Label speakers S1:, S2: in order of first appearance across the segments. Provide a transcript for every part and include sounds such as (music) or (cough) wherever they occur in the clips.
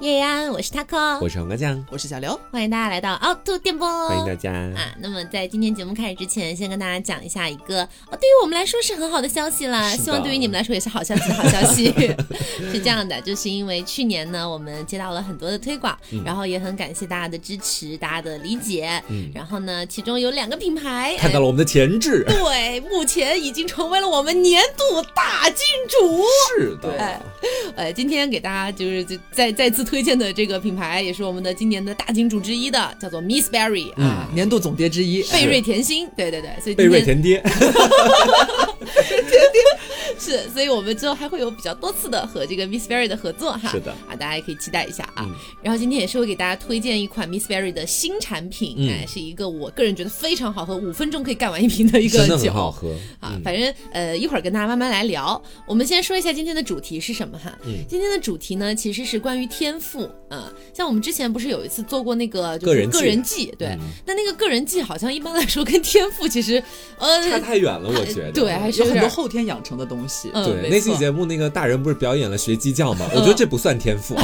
S1: 夜安，我是 taco，
S2: 我是黄瓜酱，
S3: 我是小刘，
S1: 欢迎大家来到凹凸电波，
S2: 欢迎大家。
S1: 啊，那么在今天节目开始之前，先跟大家讲一下一个，哦，对于我们来说是很好的消息啦，
S2: 是的
S1: 希望对于你们来说也是好消息，好消
S2: (laughs)
S1: 息。 (laughs) 是这样的，就是因为去年呢，我们接到了很多的推广，然后也很感谢大家的支持，大家的理解。
S2: 嗯，
S1: 然后呢，其中有两个品
S2: (laughs)
S1: 牌，
S2: 看到了我们的潜质，
S1: 哎对，目前已经成为了我们年度大金主。
S2: 是
S1: 哎
S2: 的，
S1: 呃，今天给大家就是就再再次推荐的这个品牌，也是我们的今年的大金主之一的，叫做 Miss Berry 啊。
S3: 年度总爹之一，
S1: 贝瑞甜心，对对对，所以
S2: 嗯贝
S1: 今
S2: 瑞
S1: 天
S2: 甜爹，
S1: 是，所以我们之后还会有比较多次的和这个 Miss Berry 的合作哈。
S2: 是的
S1: 啊，大家也可以期待一下啊。
S2: 嗯
S1: 然后今天也是会给大家推荐一款 Miss Berry 的新产品，
S2: 嗯
S1: 哎，是一个我个人觉得非常好喝，五分钟可以干完一瓶的一个
S2: 真的很
S1: 酒。
S2: 好喝
S1: 啊，
S2: 嗯
S1: 反正呃，一会儿跟大家慢慢来聊。我们先说一下今天的主题是什么哈。
S2: 嗯
S1: 今天的主题呢，其实是关于天赋啊、像我们之前不是有一次做过那个就是
S2: 个人技
S1: 个人技，对。
S2: 嗯
S1: 但那个个人技好像一般来说跟天赋其实，呃，
S2: 差太远了，我觉得。
S1: 嗯对，还是
S3: 有很
S1: 点
S3: 多后天养成的东西。
S1: 嗯
S2: 对，
S1: 没
S2: 那期
S1: 错
S2: 节目那个大人不是表演了学
S1: (laughs)
S2: 鸡叫吗？我觉得这不算天赋，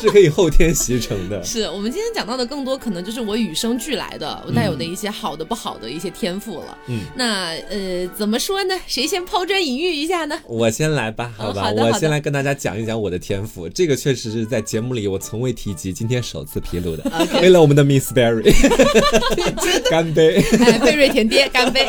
S2: 是可以后天习成的。
S1: 嗯是我们今天讲到的更多，可能就是我与生俱来的，我带有的一些好的、不好的一些天赋了。
S2: 嗯，
S1: 那呃，怎么说呢？谁先抛砖引玉一下呢？ (laughs)
S2: 我先来吧，好吧，
S1: 哦好的好
S2: 我
S1: 的
S2: 先来跟大家讲一讲我的天赋。这个确实是在节目里我从未提及，今天首次披露的。为了我们的 Miss
S1: (laughs)
S2: Berry，干杯！
S1: 哎，贝瑞甜爹，干杯！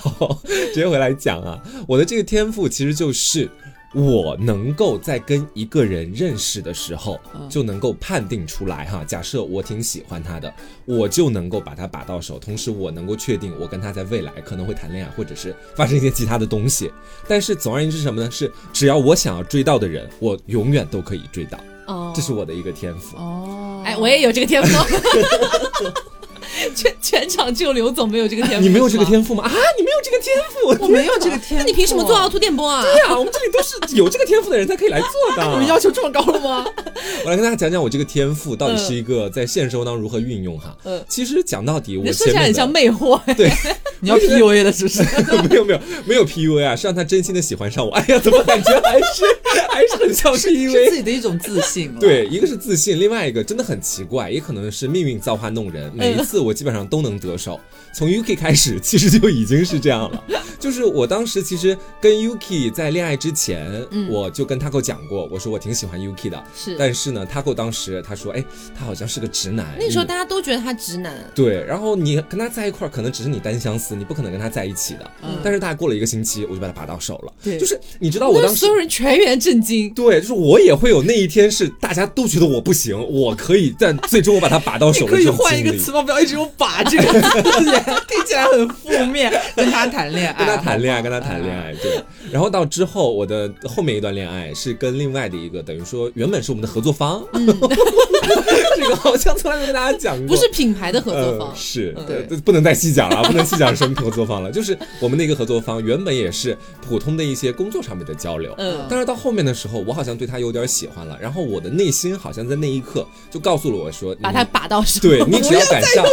S2: 好， (laughs) 直接回来讲啊，我的这个天赋其实就是。我能够在跟一个人认识的时候，
S3: 嗯
S2: 就能够判定出来哈。假设我挺喜欢他的，我就能够把他把到手，同时我能够确定我跟他在未来可能会谈恋爱，或者是发生一些其他的东西。但是总而言之是什么呢？是只要我想要追到的人，我永远都可以追到，
S1: 哦
S2: 这是我的一个天赋。
S3: 哦，
S1: 哎，我也有这个天赋。全全场只有刘总没有这个天赋，
S2: 你没有这个
S1: 赋，
S2: 天赋吗？啊，你没有这个天赋，
S3: 我没有啊这个天赋，
S1: 那你凭什么做凹凸电波啊？
S2: (laughs) 对呀、我们这里都是有这个天赋的人才可以来做
S3: (laughs)
S2: 的。
S3: 你们要求这么高了 (laughs) 吗？
S2: (laughs) 我来跟大家讲讲我这个天赋到底是一个在现实生活当中如何运用哈。
S1: 嗯
S2: 其实讲到底，我
S1: 你说
S2: 前
S1: 起来
S2: 面
S1: 很像
S2: 的
S1: 魅惑，哎
S2: (laughs) 对， (laughs)
S3: 你要 PUA 了是不是？ (laughs)
S2: 没有没有没有 PUA 啊，是让他真心的喜欢上我。哎呀，怎么感觉还是 (laughs) 还是很像 PUA
S3: 是自己的一种自信了。
S2: 对，一个是自信，另外一个真的很奇怪，也可能是命运造化弄人。每一次我基本上都能得手，
S1: 嗯
S2: 从 Yuki 开始，其实就已经是这样了。就是我当时其实跟 Yuki 在恋爱之前，
S1: 嗯
S2: 我就跟 Taco 讲过，我说我挺喜欢 Yuki 的，
S1: 是
S2: 但是呢，Taco 当时他说，哎，他好像是个直男。
S1: 那时候
S2: 你
S1: 大家都觉得他直男，
S2: 对，然后你跟他在一块儿，可能只是你单相思，你不可能跟他在一起的。
S3: 嗯
S2: 但是大概过了一个星期，我就把他拔到手了。
S3: 对
S2: 就是你知道我
S1: 那
S2: 当时
S1: 所有人全员震惊。
S2: 对，就是我也会有那一天，是大家都觉得我不行，我可以，但最终我把他拔到手了。
S3: 你可以换一个
S2: 这种经
S3: 词
S2: 历
S3: 吗？不要一直用“把”这个 (laughs) 字眼，听起来很负面。跟他谈恋爱，啊
S2: 跟他谈恋爱，跟他谈恋爱，对。然后到之后，我的后面一段恋爱是跟另外的一个，等于说原本是我们的合作方， (laughs) 这个好像从来没跟大家讲过，
S1: 不是品牌的合作
S2: 呃、
S1: 方，
S2: 是
S3: 对
S2: 呃不能再细讲了，不能细讲什么合作方了。就是我们那个合作方原本也是普通的一些工作上面的交流，
S1: 嗯，
S2: 但是到后面的时候，我好像对他有点喜欢了，然后我的内心好像在那一刻就告诉了我说，
S1: 把他
S2: 你
S1: 把到手， (laughs)
S2: 对你只要敢上，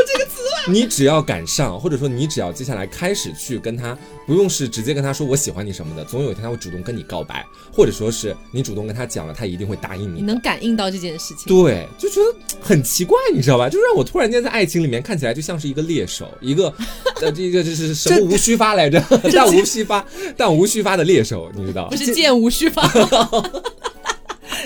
S2: 你只要敢上，或者说你只要接下来开始去跟他，不用是直接跟他说我喜欢你什么的，总有一天他会主动跟你告白，或者说是你主动跟他讲了，他一定会答应
S1: 你
S2: 你。
S1: 能感应到这件事情。
S2: 对，就觉得很奇怪，你知道吧？就让我突然间在爱情里面看起来就像是一个猎手，一个呃，这个就是什么无须发来着，弹无虚发，弹无虚发的猎手，你知道
S1: 不？是剑无虚发，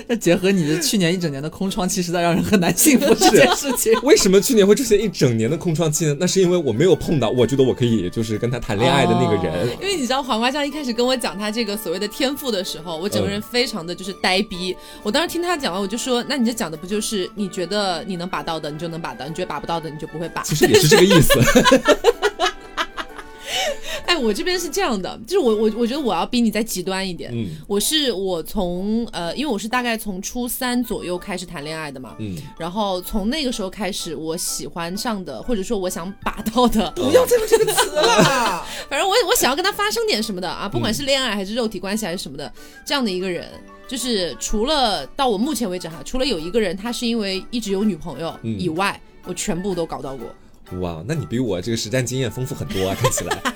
S3: 那结合你的去年一整年的空窗期，实在让人很难幸福这件事情。
S2: 为什么去年会出现一整年的空窗期呢？那是因为我没有碰到，我觉得我可以就是跟他谈恋爱的那个人。
S1: 因为你知道黄瓜酱一开始跟我讲他这个所谓的天赋的时候，我整个人非常的就是呆逼。我当时听他讲完，我就说，那你这讲的不就是你觉得你能把到的，你就能把到；你觉得把不到的，你就不会把。
S2: 其实也是这个意思，
S1: 哎，我这边是这样的，就是我我我觉得我要比你再极端一点。
S2: 嗯
S1: 我是我从呃，因为我是大概从初三左右开始谈恋爱的嘛，
S2: 嗯，
S1: 然后从那个时候开始，我喜欢上的或者说我想把到的，
S3: (laughs) 不要再用这个词了。
S1: 反正我我想要跟他发生点什么的啊，不管是恋爱还是肉体关系还是什么的，这样的一个人，就是除了到我目前为止哈，除了有一个人他是因为一直有女朋友
S2: 嗯
S1: 以外，我全部都搞到过。
S2: 哇，那你比我这个实战经验丰富很多啊，看起来。 (laughs)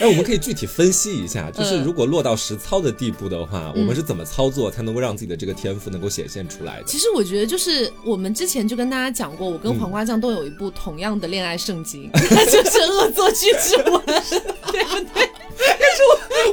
S2: 哎，我们可以具体分析一下，就是如果落到实操的地步的话，我们是怎么操作才能够让自己的这个天赋能够显现出来的？
S1: 其实我觉得，就是我们之前就跟大家讲过，我跟黄瓜酱都有一部同样的恋爱圣经，
S2: 嗯
S1: (laughs) 就是《恶作剧之吻》，对不对？
S2: (laughs)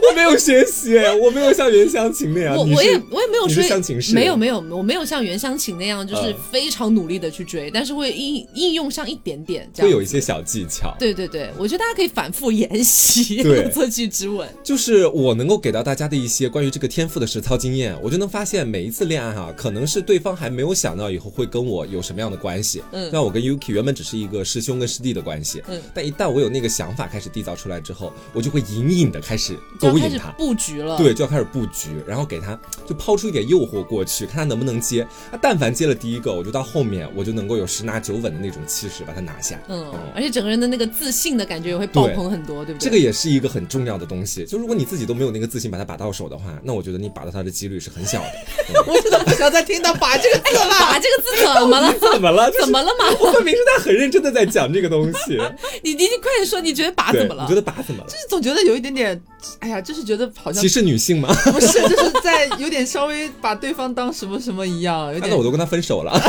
S2: 我没有学习，哎我没有像袁湘琴那样，
S1: 我
S2: 啊你
S1: 我
S2: 是
S1: 也我也没有
S2: 你是
S1: 说
S2: 相亲式
S1: 没有没有，我没有像袁湘琴那样，就是
S2: 嗯
S1: 非常努力的去追，但是会应应用上一点点，这样
S2: 会有
S1: 子
S2: 一些小技巧。
S1: 对对对，我觉得大家可以反复研习 (laughs)
S2: (laughs) 对
S1: 《恶作剧之吻》。
S2: 就是我能够给到大家的一些关于这个天赋的实操经验，我就能发现每一次恋爱哈、可能是对方还没有想到以后会跟我有什么样的关系。
S1: 嗯
S2: 那我跟 Yuki 原本只是一个师兄跟师弟的关系，
S1: 嗯
S2: 但一旦我有那个想法开始缔造出来之后，我就会隐隐的开始
S1: 就要
S2: 勾
S1: 开
S2: 引
S1: 始
S2: 他。
S1: 布局了，
S2: 对，就要开始布局，然后给他就抛出一点诱惑过去，看他能不能接。他但凡接了第一个，我就到后面我就能够有十拿九稳的那种气势把他拿下。
S1: 嗯，而且整个人的那个自信的感觉也会爆棚很多，对不对？
S2: 这个也是一个很重要的东西，就如果你自己都没有那个自信把它把到手的话，那我觉得你把到它的几率是很小的。
S3: (laughs)
S2: 嗯
S3: 我真的不想再听到“ (laughs) 把”这个字了。
S1: 把这个字怎么了？
S2: (laughs) 怎么了？就是
S1: 怎么了嘛？
S2: 我明是他很认真的在讲这个东西，
S1: 你你你快点说，你觉得把
S2: 对，
S1: 怎么了
S2: 你觉？得拔怎么了？
S3: 就是总觉得有一点点，哎呀，就是觉得好像
S2: 歧视女性吗？
S3: 不是，就是在有点稍微把对方当什么什么一样，
S2: (laughs)
S3: 有
S2: 那我
S3: 点。
S2: 都跟他分手了。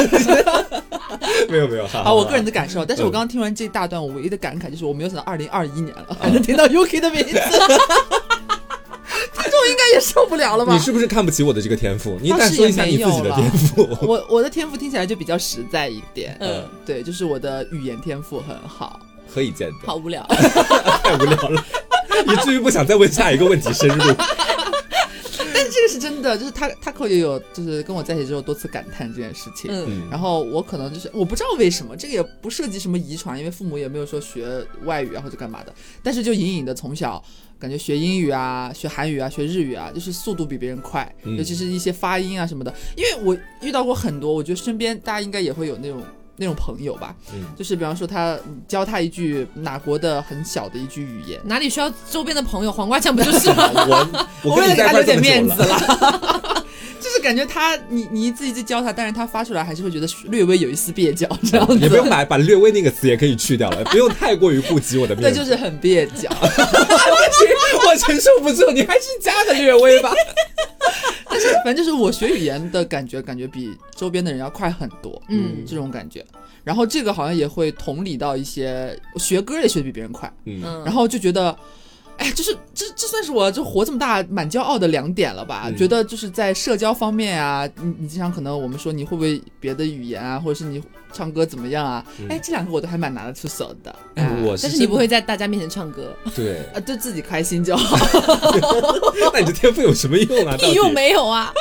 S2: 没有没有，好
S3: 啊，
S2: 好
S3: 我个人的感
S2: 嗯
S3: 受，但是我刚刚听完这一大段，我唯一的感慨就是我没有想到二零二一年了，
S2: 啊
S3: 还 (laughs) 能听到 UK 的
S2: (laughs)
S3: 名字，听众应该也受不了了吧
S2: 你？是不是看不起我的这个天赋？你
S3: 倒
S2: 敢
S3: 是
S2: 说一
S3: 也
S2: 下
S3: 没
S2: 你自己
S3: 有
S2: 的
S3: 了
S2: 天赋？
S3: 我我的天赋听起来就比较实在一点，
S1: 嗯，
S3: 对，就是我的语言天赋很好， (laughs)
S2: 何以见得？
S1: 好无
S2: (laughs)
S1: 聊。
S2: 太无聊了，以至于不想再问下一个问题深入。
S3: 但这个是真的，就是他他扣也有，就是跟我在一起之后多次感叹这件事情，
S1: 嗯，
S2: 嗯
S3: 然后我可能就是我不知道为什么，这个也不涉及什么遗传，因为父母也没有说学外语啊或者干嘛的，但是就隐隐的从小感觉学英语啊、学韩语啊、学日语啊，就是速度比别人快，
S2: 嗯
S3: 尤其是一些发音啊什么的。因为我遇到过很多，我觉得身边大家应该也会有那种。那种朋友吧，
S2: 嗯
S3: 就是比方说他你教他一句哪国的很小的一句语言，
S1: 哪里需要周边的朋友？黄瓜酱不就是
S2: (laughs)
S1: 吗？
S2: 我我
S3: 为
S2: 跟你在
S3: 了给
S2: 一块儿
S3: 他留
S2: 这
S3: 点
S2: 么
S3: 面
S2: 久
S3: 子
S2: 了，
S3: 了， (laughs) 就是感觉他你你一字一字教他，但是他发出来还是会觉得略微有一丝蹩脚这样子，
S2: 也不用把把略微那个词也可以去掉了，不用太过于顾及我的面
S3: 对，
S2: 子。
S3: 就是很蹩脚。
S2: (laughs) 我承受不住，你还是加个略微吧。
S3: (laughs) 但是反正就是我学语言的感觉，感觉比周边的人要快很多，
S1: 嗯
S3: 这种感觉。然后这个好像也会同理到一些我学歌也学得比别人快，
S2: 嗯，
S1: 嗯，
S3: 然后就觉得。哎，就是这这算是我就活这么大蛮骄傲的两点了吧？
S2: 嗯
S3: 觉得就是在社交方面啊，你你经常可能我们说你会不会别的语言啊，或者是你唱歌怎么样啊？哎，这两个我都还蛮拿得出手的。
S2: 嗯哎
S3: 啊
S2: 我
S1: 但是
S2: 真
S1: 你
S2: 的
S1: 不会在大家面前唱歌，
S2: 对，
S3: 呃对自己开心就好，
S2: 那你这天赋有什么用啊？到
S1: 屁
S2: 底
S1: 用？没有啊？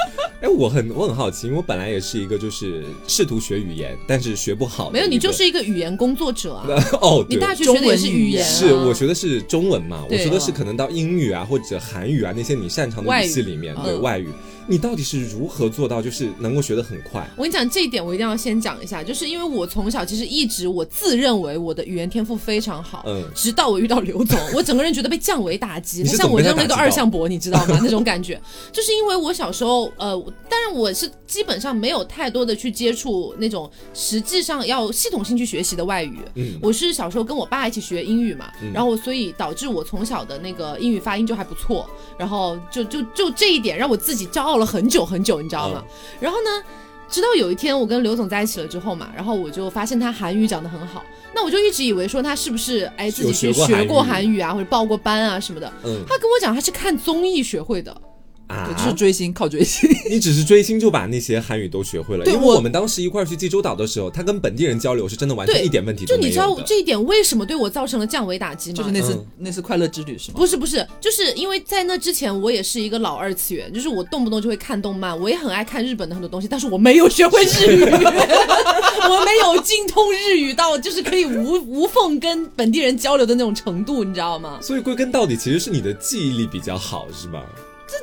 S2: 哎，我很我很好奇，因为我本来也是一个就是试图学语言，但是学不好的一个。
S1: 没有，你就是一个语言工作者啊。
S2: (laughs) 哦，
S1: 你
S2: 对
S1: 大学学的也是语言、啊，
S2: 是我学的是中文嘛？我
S1: 对
S2: 学的是可能到英语啊或者韩语啊那些你擅长的
S1: 外
S2: 语
S1: 语
S2: 系里面，对
S1: 嗯
S2: 外语，你到底是如何做到就是能够学得很快？
S1: 我跟你讲这一点，我一定要先讲一下，就是因为我从小其实一直我自认为我的语言天赋非常好，
S2: 嗯
S1: 直到我遇到刘总，我整个人觉得被降维打击，
S2: 你是
S1: 他像
S2: 怎么
S1: 我
S2: 被他
S1: 扔了一个
S2: 打击到
S1: 二向箔，你知道吗？那种感觉， (laughs) 就是因为我小时候呃，但是我是基本上没有太多的去接触那种实际上要系统性去学习的外语，
S2: 嗯
S1: 我是小时候跟我爸一起学英语嘛，然后所以导致我从小的那个英语发音就还不错，然后就就就这一点让我自己骄傲了很久很久，你知道
S2: 啊
S1: 吗？然后呢，直到有一天我跟刘总在一起了之后嘛，然后我就发现他韩语讲得很好，那我就一直以为说他是不是哎自己去
S2: 有学过韩
S1: 学
S2: 语
S1: 过韩语啊，或者报过班啊什么的。
S2: 嗯
S1: 他跟我讲他是看综艺学会的，
S2: 啊
S3: 对，就是追星靠追星。
S2: 你只是追星就把那些韩语都学会了，
S3: 对
S2: 因为
S3: 我
S2: 我们当时一块儿去济州岛的时候，他跟本地人交流是真的完全
S1: 对
S2: 一点问题都
S1: 就
S2: 没有
S1: 你
S2: 的。
S1: 知道这一点为什么对我造成了降维打击吗？
S3: 就是那次、
S2: 嗯
S3: 那次快乐之旅是吗？
S1: 不是不是，就是因为在那之前，我也是一个老二次元，就是我动不动就会看动漫，我也很爱看日本的很多东西，但是我没有学会日语， (laughs) 我没有精通日语到就是可以无无缝跟本地人交流的那种程度，你知道吗？
S2: 所以归根到底，其实是你的记忆力比较好，是吗？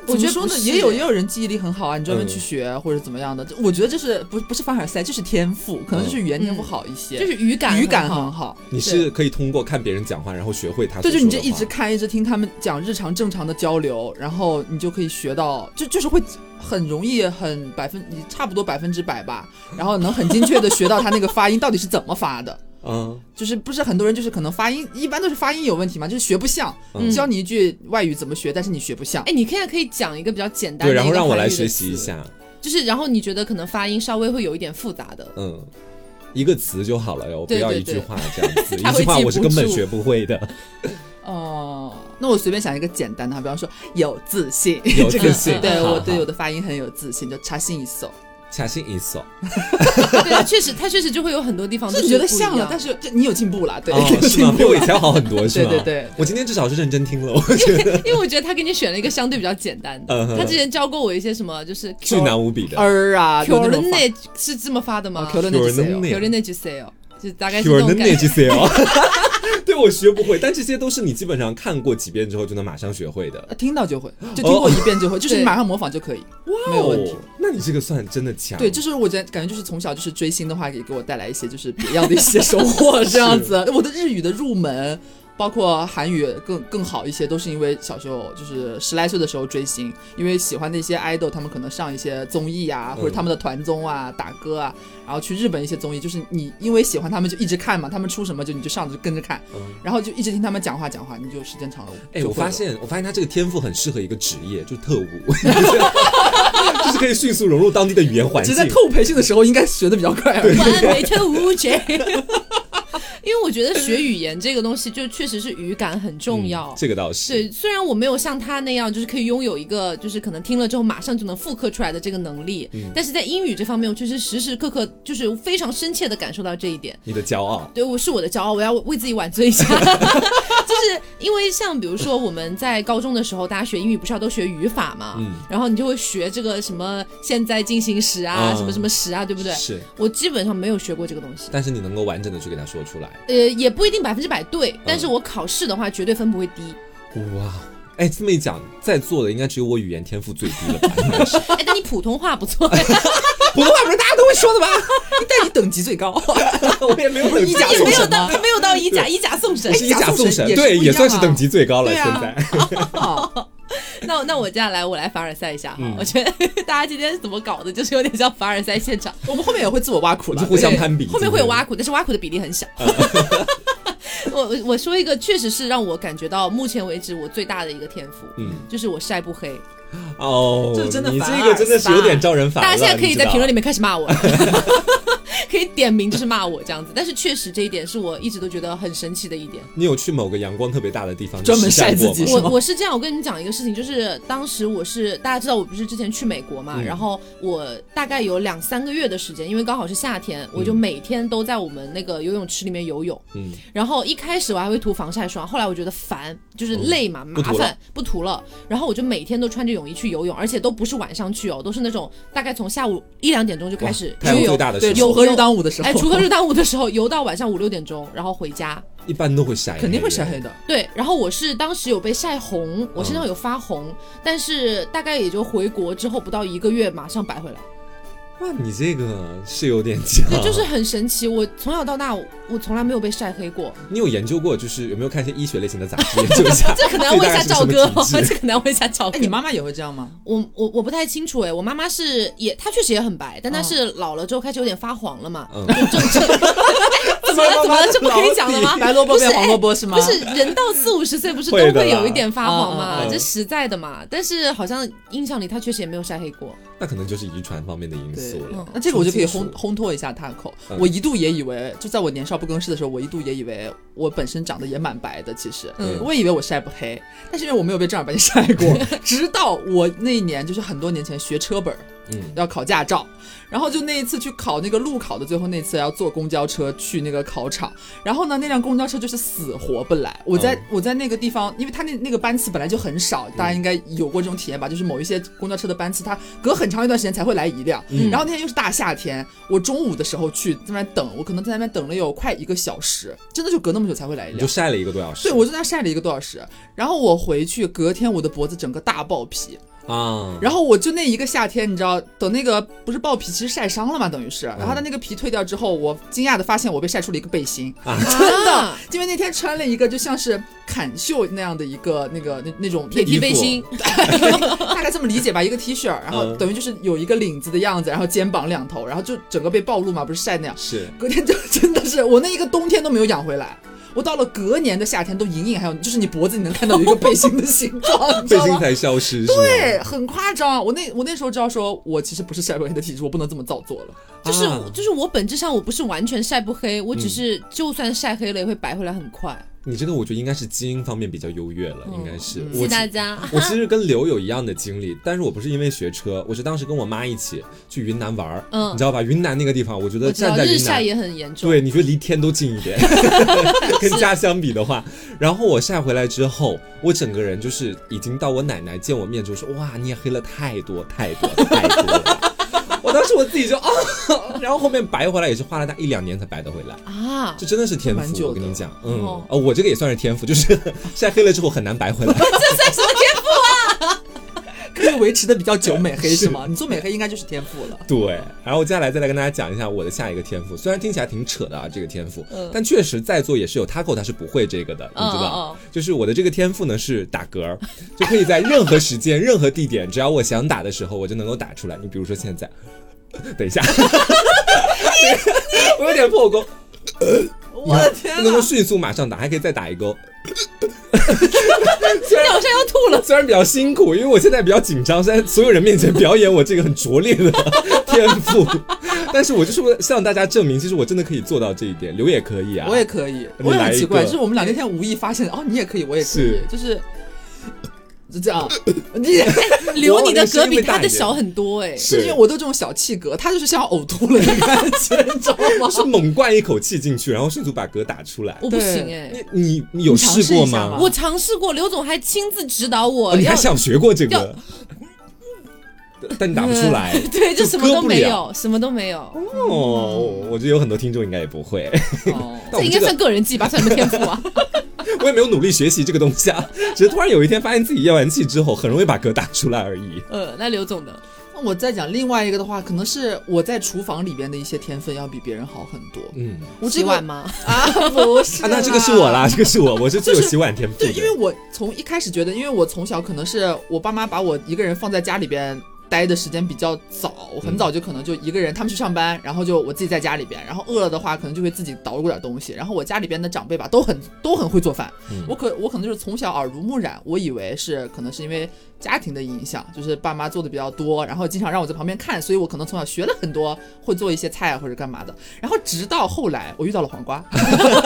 S1: 我觉得
S3: 怎么
S1: 不
S3: 说呢，
S1: 是
S3: 也有也有人记忆力很好啊，你专门
S2: 嗯
S3: 去学或者怎么样的，我觉得这是不不是凡尔赛，这是天赋，可
S2: 嗯
S3: 能就是语言天赋好一些，
S1: 嗯就是语感
S3: 语感
S1: 很好
S3: 很好。
S2: 你是可以通过看别人讲话，然后学会他所
S3: 对，就
S2: 说
S3: 你
S2: 的
S3: 这一直
S2: 话
S3: 看，一直听他们讲日常正常的交流，然后你就可以学到，就就是会很容易，很百分，你差不多百分之百吧，然后能很精确的学到他那个发音到底是怎么发的。
S2: 嗯，
S3: 就是不是很多人就是可能发音一般都是发音有问题嘛，就是学不像，
S2: 嗯
S3: 教你一句外语怎么学，但是你学不像。
S1: 哎，你现在可以讲一个比较简单的，
S2: 对，然后让我来学习一，下，
S1: 就是然后你觉得可能发音稍微会有一点复
S3: (laughs)
S1: 杂的，
S2: 嗯。一个词就好了哟，不
S1: 对
S2: 要
S1: 对
S2: 一句
S1: 对
S2: 话这样
S3: (laughs)
S2: 子，
S1: 他
S2: 一
S1: 会
S2: 句话
S1: 记
S2: 我是
S1: 不
S2: 根本
S1: 住
S2: 学不会的。
S3: 哦，那我随便想一个简单的哈，比方说有自信，
S2: 有
S3: 这
S2: 自
S3: 个
S2: 信，
S3: 对
S2: 好哦
S3: 我对
S2: 好
S3: 我的发音很有自信，就查信一搜，
S2: 恰心一扫。
S1: 对啊，确实，它确实就会有很多地方
S3: 就
S1: 都
S3: 觉得
S1: 不一样
S3: 像了，但是这你有进步了，对， (laughs)
S2: 哦，
S3: 有
S2: 是
S3: 进
S2: 吗？比
S3: 步
S2: 我以
S3: 了。
S2: 前好很多，是
S3: 对
S2: 吗？
S3: 对对
S2: 我今天至少是认真听了，
S3: (laughs)
S2: 我觉得
S1: (laughs) 因为我觉得他给你选了一个相对比较简单的
S2: 嗯哼，
S1: 他之前教过我一些什么，就是
S2: 巨难无比的。
S3: 儿啊
S1: c u r
S3: 有
S1: l
S3: 那种
S1: n
S3: 发
S1: e 是这么发的吗
S3: 哦
S1: c
S3: ，Q 的那
S2: Q 的那
S1: u r l n e sale 就大概是这
S2: Pure n
S1: 种
S2: e
S1: 感觉。
S2: g c l (laughs) 对我学不会，但这些都是你基本上看过几遍之后就能马上学会的。
S3: 啊听到就会，就听过一遍就会， (laughs) 就是你
S1: 对
S3: 马上模仿就可以， (laughs) 没有问题。
S2: 哦，那你这个算真的强。
S3: 对，就是我觉得感觉就是从小就是追星的话，也给我带来一些就是别样的一些
S2: (laughs)
S3: 收获，这样子。我的日语的入门，包括韩语更更好一些，都是因为小时候就是十来岁的时候追星，因为喜欢的一些 idol，他们可能上一些综艺啊，
S2: 嗯
S3: 或者他们的团综啊、打歌啊，然后去日本一些综艺，就是你因为喜欢他们就一直看嘛，他们出什么就你就上着就跟着看，然后就一直听他们讲话讲话，你就时间长了，
S2: 嗯哎，
S3: 就
S2: 我
S3: 会
S2: 发
S3: 了
S2: 现，我发现他这个天赋很适合一个职业，就是特务，(laughs)
S3: (laughs)
S2: 就是可以迅速融入当地的语言环
S3: 其
S2: 境
S3: 实。在特务培训的时候应该学的比较快啊 (laughs) 而已。
S1: 完美特务贼。 (laughs) 因为我觉得学语言这个东西，就确实是语感很重要。
S2: 嗯这个倒是。
S1: 对，虽然我没有像他那样，就是可以拥有一个，就是可能听了之后马上就能复刻出来的这个能力，
S2: 嗯
S1: 但是在英语这方面，我确实时时刻刻就是非常深切的感受到这一点。
S2: 你的骄傲，
S1: 对，我是我的骄傲，我要为自己挽尊一下。 (laughs) 就是因为像比如说我们在高中的时候，大家学英语不是要都学语法嘛，
S2: 嗯
S1: 然后你就会学这个什么现在进行时啊，
S2: 啊
S1: 什么什么时啊，对不对？
S2: 是，
S1: 我基本上没有学过这个东西，
S2: 但是你能够完整的去给他说出来，
S1: 呃，也不一定百分之百对，但是我考试的话绝对分不会低。
S3: 嗯
S2: 哇！哎，这么一讲，在座的应该只有我语言天赋最低了吧？应该是
S1: 哎，但你普通话不 (laughs) 错，
S3: 普通话不是大家都会 (laughs) 说的吗？但你等级最高，
S2: (laughs) 我也没有
S3: 不
S2: 等
S3: 是一
S2: 级
S3: 甲
S1: 也
S3: 送
S1: 没有
S3: 神
S1: 到 (laughs)
S3: 吗？
S1: 没有到以假以假送神
S2: 我。是
S3: 哎
S2: 以甲送神，
S3: 也是
S2: 对，
S3: 不一样啊
S2: 也算是等级最高了。
S3: 对
S2: 现
S3: 啊
S2: 在
S1: 那那我接下来我来凡尔赛一下哈，
S2: 嗯
S1: 我觉得大家今天怎么搞的，就是有点像凡尔赛现场。
S3: (laughs) 我们后面也会自我挖苦
S2: 我
S3: 了
S2: 们，互相
S1: 对
S2: 攀比，
S1: 后面会有
S2: 今天
S1: 挖苦，但是挖苦的比例很小。
S2: 嗯
S1: (laughs) 我我我说一个，确实是让我感觉到目前为止我最大的一个天赋，
S2: 嗯
S1: 就是我晒不黑。
S2: 哦，
S3: 这真的啊
S2: 你
S3: 凡
S2: 这个
S3: 尔
S2: 真的是有
S1: 赛
S2: 点招人烦了。
S1: 大家现在可以在评论里
S2: 里
S1: 面开始骂
S2: (laughs)
S1: 我，可以点名就是骂我这样子。但是确实这一点是我一直都觉得很神奇的一点。
S2: 你有去某个阳光特别大的地方
S3: 专门
S2: 去晒
S3: 晒自
S2: 过
S3: 己
S2: 吗
S3: 是
S1: 我
S3: 吗
S1: 我是这样，我跟你们讲一个事情，就是当时我是大家知道我不是之前去美国嘛，
S2: 嗯
S1: 然后我大概有两三个月的时间，因为刚好是夏天，我就每天都在我们那个游泳池里面游泳。
S2: 嗯，
S1: 然后一开始我还会涂防晒霜，后来我觉得烦，就是累嘛，
S2: 哦不
S1: 麻
S2: 涂了
S1: 烦，不涂了。然后我就每天都穿着泳衣去游泳，而且都不是晚上去哦，都是那种大概从下午一两点钟就开始
S2: 太阳
S1: 游
S2: 最
S1: 泳，
S2: 大的
S3: 对，
S2: 时候
S3: 锄禾日当午的时候，
S1: 哎，锄禾
S3: (laughs)
S1: 日当午的时候游到晚上五六点钟，然后回家。
S2: 一般都会晒，
S3: 肯定会晒 (laughs) 黑。的。
S1: 对，然后我是当时有被晒红，
S2: 嗯
S1: 我身上有发红，但是大概也就回国之后不到一个月，马上白回来。
S2: 哇，你这个是有点强，
S1: 对，就是很神奇，我从小到大我我从来没有被晒黑
S2: (laughs)
S1: 过。
S2: (laughs) 你有研究过，就是有没有看一些医学类型的杂志研究一下
S1: (laughs) ？这可能要问一下赵
S2: (laughs)
S1: 哥哦， (laughs) 这可能要问一下赵哥。
S3: 哎，你妈妈也会这样吗？
S1: 我我我不太清楚哎，我妈妈是也，她确实也很白，但她
S3: 嗯
S1: 是老了之后开始有点发黄了嘛。
S2: 嗯
S1: 就正正怎么
S3: (laughs)
S1: 了？怎么了？这不可以讲了吗？
S3: 白萝卜
S1: 不是
S3: 变黄萝卜是吗？
S1: 不是人到四五十岁，不是都
S2: 啊会的啦
S1: 会有一点发黄嘛
S2: 嗯嗯？嗯
S1: 这实在的嘛。但是好像印象里她确实也没有晒黑 (laughs) 过。
S2: 那可能就是遗传方面的因素
S3: 对嗯
S2: 嗯了。
S3: 那这个我就可以烘
S2: 重金属
S3: 烘托一下他口。
S2: 嗯
S3: 我一度也以为，就在我年少不更事的时候，我一度也以为我本身长得也蛮白的，其实，
S2: 嗯
S3: 我也以为我晒不黑，但是因为我没有被正儿八经晒过，
S2: (laughs)
S3: 直到我那一年就是很多年前学车本儿，
S2: 嗯，
S3: 要考驾照，然后就那一次去考那个路考的最后那次要坐公交车去那个考场，然后呢那辆公交车就是死活不来。我在、
S2: 嗯
S3: 我在那个地方，因为它那那个班次本来就很少，大家应该有过这种体验吧？就是某一些公交车的班次，它隔很长一段时间才会来一辆。
S2: 嗯
S3: 然后那天又是大夏天，我中午的时候去在那边等，我可能在那边等了有快一个小时，真的就隔那么久才会来一
S2: 你
S3: 辆
S2: 就。晒了一个多小时。
S3: 对，我就在那晒了一个多小时，然后我回去，隔天我的脖子整个大爆皮，
S2: 啊，
S3: 然后我就那一个夏天，你知道，等那个不是爆皮，其实晒伤了嘛，等于
S2: 嗯
S3: 是。然后它那个皮退掉之后，我惊讶的发现我被晒出了一个背心，真的，因为那天穿了一个就像是坎袖那样的一个那个那那种
S1: 铁
S3: 那
S2: 衣
S1: 蹄
S2: 服
S1: 背心，
S3: 大概这么理解吧，一个 T 恤，然后
S2: 嗯
S3: 等于就是有一个领子的样子，然后肩膀两头，然后就整个被暴露嘛，不是晒那样。 (laughs)
S2: 是
S3: 隔天就真的是我那一个冬天都没有养回来。我到了隔年的夏天都隐隐还有，就是你脖子你能看到有一个背心的形状，你知
S2: (laughs) 背
S3: 道
S2: 心
S3: 吗？
S2: 才消失，是吗
S3: 对，很夸张。我那我那时候知道说，我其实不是晒不黑的体质，我不能这么造作了。
S1: 就是
S2: 啊嗯
S1: 就是我本质上我不是完全晒不黑，我只是就算晒黑了也会白回来很快。
S2: 你这个我觉得应该是基因方面比较优越了，应该
S3: 嗯
S2: 是。
S1: 谢
S2: 我
S1: 谢
S2: 其
S1: 大家。啊
S2: 我其实跟刘有一样的经历，但是我不是因为学车，我是当时跟我妈一起去云南玩儿，
S1: 嗯
S2: 你知道吧？云南那个地方，我觉得
S1: 我知道
S2: 站在
S1: 日
S2: 云
S1: 晒
S2: 南。
S1: 也很严重，
S2: 对，你觉得离天都近一
S1: (laughs)
S2: 点，跟家相比的话，然后我晒回来之后，我整个人就是已经到我奶奶见我面就说：“哇，你也黑了太多太多太多了。”我当时我自己就啊，然后后面白回来也是花了大一两年才白得回来。
S1: 啊，
S2: 这真的是天
S3: 蛮久
S2: 赋，
S3: 的
S2: 我跟你讲，嗯，
S1: 哦
S2: 哦，我这个也算是天赋，就是 (laughs) 晒黑了之后很难白回来。
S3: 可以维持的比较久，美黑是吗？你做美黑应该就是天赋了。
S2: 对，然后接下来再来跟大家讲一下我的下一个天赋，虽然听起来挺扯的啊，这个天赋，但确实在座也是有 Taco 他是不会这个的，你知
S1: 嗯嗯嗯
S2: 道
S1: 嗯，
S2: 就是我的这个天赋呢是打嗝儿，就可以在任何时间、任何地点，只要我想打的时候，我就能够打出来。你比如说现在，等一下， (laughs) 我有点破功，
S3: 我的天
S2: 不能够迅速马上打，还可以再打一勾。
S1: 你好像要吐了。
S2: 虽然比较辛苦，因为我现在比较紧张，在所有人面前表演我这个很拙劣的天赋，但是我就是为了向大家证明，其实我真的可以做到这一点，刘也可以啊，
S3: 我也可以，
S2: 你
S3: 我也
S2: 来
S3: 很
S2: 一
S3: 奇怪，
S2: 个
S3: 就是我们俩那天无意发现，哦，你也可以，我也可以
S2: 是，
S3: 就是就这样， (laughs) 你。
S1: 留你的嗝比
S2: 我的声音会大
S1: 他
S2: 一
S1: 的
S2: 点
S1: 小很多哎、
S3: 是因为我都这种小气格，他就是像呕吐
S2: (laughs)
S3: 了的感觉，你知道吗？
S2: 是猛灌一口气进去，然后迅速把嗝打出来。
S1: 我不行
S3: 对
S1: 哎、
S2: 你你你有
S3: 你尝
S2: 试
S3: 试
S2: 过
S3: 一下
S2: 吗
S3: 吧？
S1: 我尝试过，刘总还亲自指导我，
S2: 哦你
S1: 要
S2: 还想学过这
S1: 要
S2: 个？但你打不出
S3: (laughs)
S2: 来
S1: (laughs) 对，就
S2: 就
S1: 什么
S2: 割
S1: 都
S2: 不
S1: 没
S2: 了
S1: 有，什么都没有。
S2: 哦，我觉得有很多听众应该也不
S3: (laughs)
S2: 会。
S3: 哦
S2: 但
S1: 这
S2: 我
S1: 应
S2: 们
S1: 该
S2: 这
S1: 算
S2: 个
S1: 个人技吧，算什么天赋
S3: (laughs)
S1: 啊？
S2: 我也没有努力学习这个东西啊，只是突然有一天发现自己咽完气之后，很容易把嗝打出来而已。
S1: 呃，那刘总的
S3: 那我再讲另外一个的话，可能是我在厨房里边的一些天分要比别人好很多。
S2: 嗯，
S3: 我这
S1: 洗
S3: 个
S1: 碗吗？
S3: 啊，不是
S2: 啊，那这个是我啦，这个是我，我是最有
S3: 就是
S2: 洗碗天赋
S3: 对，
S2: 的。
S3: 因为我从一开始觉得，因为我从小可能是我爸妈把我一个人放在家里边待的时间比较早，我很早就可能就一个人，他们去上班，然后就我自己在家里边，然后饿了的话，可能就会自己捣鼓点东西。然后我家里边的长辈吧，都很都很会做饭，我可我可能就是从小耳濡目染，我以为是可能是因为家庭的影响，就是爸妈做的比较多，然后经常让我在旁边看，所以我可能从小学了很多会做一些菜啊或者干嘛的。然后直到后来我遇到了黄瓜， (laughs)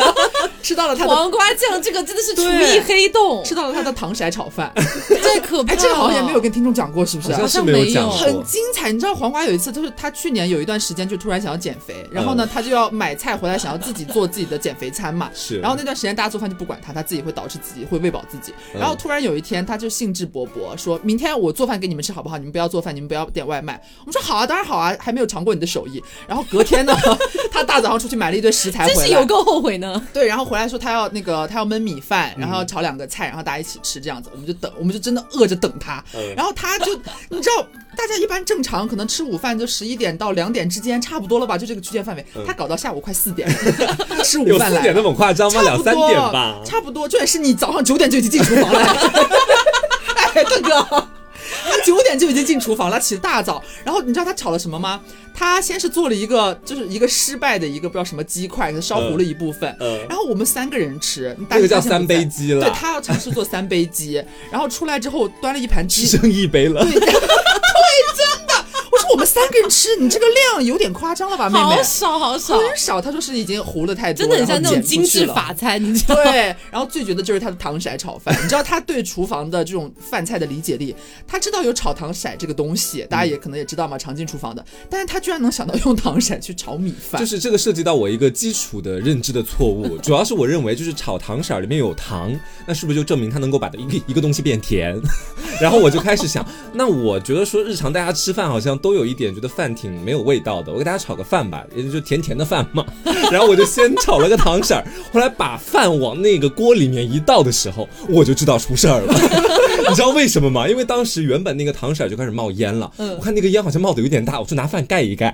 S3: 吃到了他的
S1: 黄瓜酱这个真的是厨
S3: 对
S1: 艺黑洞，
S3: 吃到了他的糖色炒饭。
S1: 太可怕
S3: 哎，
S1: 了。
S3: 这个好像也没有跟听众讲过，是不是
S2: 好
S3: 啊？
S2: 像是
S1: 像
S2: 没有
S1: 没
S2: 讲
S1: 有
S2: 过，
S3: 很精彩，你知道黄瓜有一次，就是他去年有一段时间就突然想要减肥，然
S2: 嗯
S3: 后呢，他就要买菜回来，想要自己做自己的减肥餐嘛。
S2: 是
S3: 然后那段时间大家做饭就不管他，他自己会导致自己会喂饱自己。
S2: 嗯
S3: 然后突然有一天，他就兴致勃勃说：“明天我做饭给你们吃好不好？你们不要做饭，你们不要点外卖。”我们说：“好啊，当然好啊，还没有尝过你的手艺。”然后
S2: (laughs)
S3: 隔天呢，他大早上出去买了一堆食材回
S1: 真
S3: 来，
S1: 是有够后悔呢。
S3: 对，然后回来说他要那个他要焖米
S2: 嗯
S3: 饭，然后要炒两个菜，然后大家一起吃这样子，我们就等，我们就真的饿着等他。
S2: 嗯
S3: 然后他就你知道，大家一般正常可能吃午饭就十一点到两点之间，差不多了吧，就这个区间范围。他搞到下午快四点
S2: (laughs)
S3: 吃午
S2: 嗯有
S3: 饭
S2: 四
S3: 来
S2: 点那
S3: 了，
S2: 么夸张吗？
S3: 差
S2: 两
S3: 不
S2: 三
S3: 多
S2: 点吧。
S3: 差不多。居然是你早上九点就已经进厨房了， (laughs) 哎，大哥。他九点就已经进厨房了，起得大早。然后你知道他炒了什么吗？他先是做了一个，就是一个失败的一个不知道什么鸡块，给它烧糊了一部分。
S2: 嗯，
S3: 然后我们三个人吃，大
S2: 那个
S3: 家
S2: 叫
S3: 现在
S2: 三
S3: 不在
S2: 杯鸡了
S3: 对，他要尝试做三杯鸡，然后出来之后端了一盘
S2: 只
S3: 鸡。
S2: 剩一杯了
S3: 对，。对，真的，我说我们三个人吃，你这个量有点夸张了啊吧，妹妹
S1: 好？少好少，
S3: 很少，他说是已经糊了太多，
S1: 真的很像
S3: 然
S1: 那
S3: 后
S1: 种
S3: 剪
S1: 精
S3: 出去
S1: 致
S3: 了
S1: 法餐，你知道吗？
S3: 对，然后最绝的就是他的糖色炒饭。你知道他对厨房的这种饭菜的理解力，他知道有炒糖色这个东西，
S2: 嗯
S3: 大家也可能也知道嘛，常进厨房的，但是他居然能想到用糖色去炒米饭，
S2: 就是这个涉及到我一个基础的认知的错误，主要是我认为就是炒糖色儿里面有糖，那是不是就证明它能够把一个一个东西变甜？ (laughs) 然后我就开始想，那我觉得说日常大家吃饭好像都有一点觉得饭挺没有味道的，我给大家炒个饭吧，也就甜甜的饭嘛。 (laughs) 然后我就先炒了个糖色儿，后来把饭往那个锅里面一倒的时候，我就知道出事儿了。 (laughs) 你知道为什么吗？因为当时原本那个糖色儿就开始冒烟了，我看那个烟好像冒的有点大，我就拿饭盖一盖。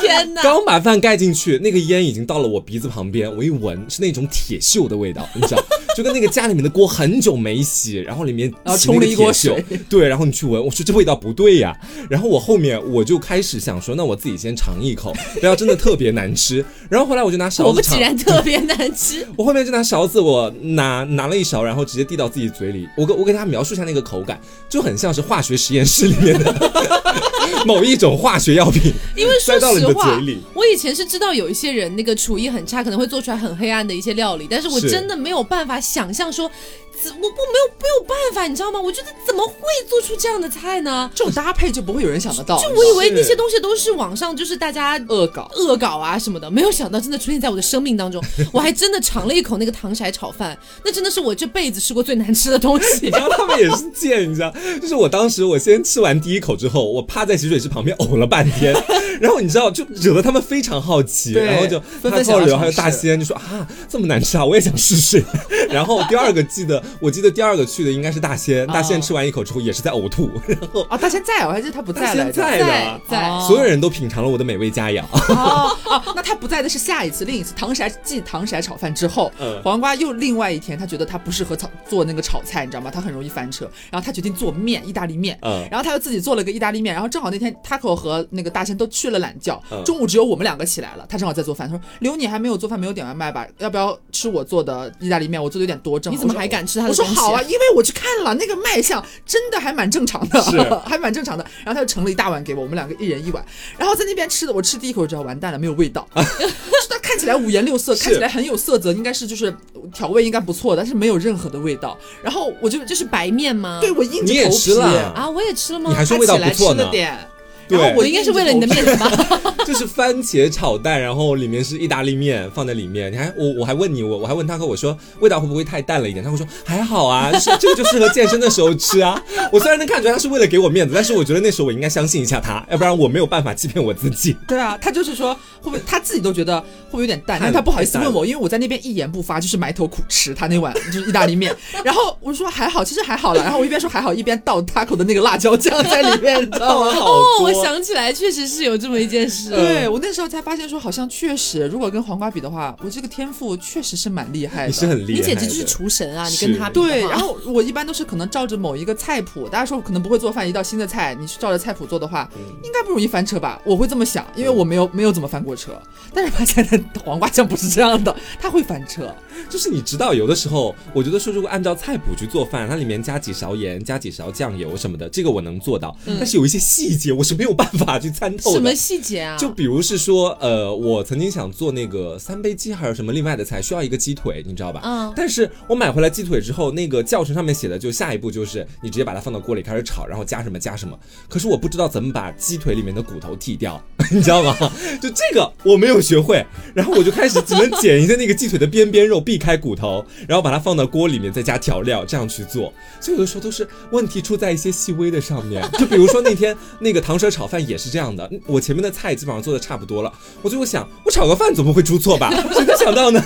S1: 天哪！
S2: 刚把饭盖进去，那个烟已经到了我鼻子旁边，我一闻是那种铁锈的味道，你
S1: (laughs)
S2: 知道，就跟那个家里面的锅很久没洗，然后里面
S3: 然后
S2: 起
S3: 冲
S2: 那
S3: 了
S2: 个
S3: 一锅
S2: 铁锈
S3: 水，
S2: (laughs) 对，然后你去闻，我说这味道不对呀、然后我后面我就开始想说，那我自己先尝一口，不要真的特别难吃。然后后来我就拿勺
S1: 果不
S2: 子
S1: 其
S2: 尝，
S1: 然，特别难吃。
S2: 我后面就拿勺子，我拿拿了一勺，然后直接递到自己嘴里。我给我给大家描述一下那个口感，就很像是化学实验室里面的 (laughs) 某一种化学药品，
S1: 因为说
S2: 塞到了你
S1: 实
S2: 的
S1: 话
S2: 嘴里。，
S1: 我以前是知道有一些人那个厨艺很差，可能会做出来很黑暗的一些料理，但是我
S2: 是
S1: 真的没有办法想象说，怎我不没有没有办法，你知道吗？我觉得怎么会做出这样的菜呢？
S3: 这种搭配就不会有人想得到。
S1: 就
S3: 你知
S1: 我
S3: 道
S1: 以
S3: 吗
S1: 为那
S2: 是
S1: 些东西都是网上就是大家
S3: 恶搞，
S1: 恶搞啊什么的，没有想到真的出现在我的生命
S2: (laughs)
S1: 当中。我还真的尝了一口那个糖色炒饭，那真的是我这辈子吃过最难吃的东西
S2: (laughs) 你。知道他们也是贱，你知道，就是我当时我先吃完第一口之后，我趴在洗水池旁边呕了半天，然后你知道就惹得他们非常好奇，
S3: 对
S2: 然后就
S3: 纷纷
S2: 他
S3: 想
S2: 后
S3: 要
S2: 流
S3: 尝
S2: 还有大
S3: 试
S2: 仙就说啊这么难吃啊，我也想试试。 (laughs) 然后第二个记得我记得第二个去的应该是大仙，大
S3: 哦
S2: 仙吃完一口之后也是在呕吐，然后
S3: 哦，他现在啊我还记得他不
S2: 大
S3: 在
S2: 仙
S3: 来着。
S2: 在的。
S1: 在
S3: 哦
S2: (laughs) 所有人都品尝了我的美味佳
S3: (laughs)
S2: 肴，
S3: 哦哦，那他不在的是下一次，另一次糖色继糖色炒饭之后，
S2: 嗯
S3: 黄瓜又另外一天，他觉得他不适合炒做那个炒菜，你知道吗？他很容易翻车，然后他决定做面，意大利面。
S2: 嗯
S3: 然后他又自己做了个意大利面，然后正好那天 taco 和那个大仙都去了懒觉，
S2: 嗯
S3: 中午只有我们两个起来了，他正好在做饭，他说：“刘，你还没有做饭，没有点外卖吧？要不要吃我做的意大利面？我做的有点多，正好
S1: 你怎么
S3: 我说
S1: 还敢吃他的
S3: 我说
S1: 东西啊
S3: 好啊，因为我去看了那个卖相，真的还蛮正常的，
S2: 是
S3: 还蛮正常的。然后他就盛了一大碗给我，我们两个一人一碗。然后在那边吃的，我吃第一口就知道完蛋了，没有
S2: (laughs)
S3: 味道。就是它看起来五颜六色，
S2: 是
S3: 看起来很有色泽，应该是就是调味应该不错，但是没有任何的味道。然后我就就
S1: 这
S3: 是
S1: 是白面吗？
S3: 对我硬着
S2: 你也
S3: 头
S2: 吃
S3: 皮，
S2: 了
S1: 啊，我也吃了吗？
S2: 你还说味道不错呢
S3: 他起来吃了点。
S2: 对
S3: 然后
S1: 我
S3: 我
S1: 应该是为了你的
S3: 面。
S1: 面子吧？
S2: 就是番茄炒蛋，然后里面是意大利面放在里面。你还我我还问你，我我还问他哥，我说味道会不会太淡了一点？他会说还好啊，是这个就适合健身的时候吃啊。我虽然能看出来他是为了给我面子，但是我觉得那时候我应该相信一下他，要不然我没有办法欺骗我自己。
S3: 对啊，他就是说会不会他自己都觉得会不会有点淡，
S2: 太
S3: 但他不好意思
S2: 太淡
S3: 问我，因为我在那边一言不发，就是埋头苦吃他那碗就是意大利面。然后我说还好，其实还好了。然后我一边说还好，一边倒 taco 的那个辣椒酱在里面，你知道吗？
S1: 哦，我想起来，确实是有这么一件
S2: 呃
S1: 事。
S3: 对我那时候才发现说，好像确实如果跟黄瓜比的话，我这个天赋确实是蛮厉害
S2: 你是
S3: 的。
S2: 很厉害
S1: 你
S2: 的，
S1: 简直就是厨神啊！你
S2: 是
S1: 跟他比的话
S3: 对，然后我一般都是可能照着某一个菜谱，大家说我可能不会做饭，一道新的菜，你去照着菜谱做的话，应该不容易翻车吧？我会这么想，因为我没有没有怎么翻过车，但是发现它黄瓜酱不是这样 (laughs) 的，它会翻车。
S2: 就是你知道，有的时候我觉得说，如果按照菜谱去做饭，它里面加几勺盐、加几勺酱油什么的，这个我能做到。但是有一些细节，我是没有办法去参透
S1: 嗯
S2: 的。
S1: 什么细节啊？
S2: 就比如是说，呃，我曾经想做那个三杯鸡还是什么另外的菜，需要一个鸡腿，你知道吧？
S1: 嗯
S2: 但是我买回来鸡腿之后，那个教程上面写的就下一步就是你直接把它放到锅里开始炒，然后加什么加什么。可是我不知道怎么把鸡腿里面的骨头剔掉，你知道吗？ (laughs) 就这个我没有学会，然后我就开始只能剪一下那个鸡腿的边边肉，避开骨头，然后把它放到锅里面，再加调料，这样去做。所以有的时候都是问题出在一些细微的上面，就比如说那天那个糖水炒饭也是这样的，我前面的菜基本上做的差不多了，我最后想，我炒个饭总不会出错吧？ (laughs) 谁能想到呢？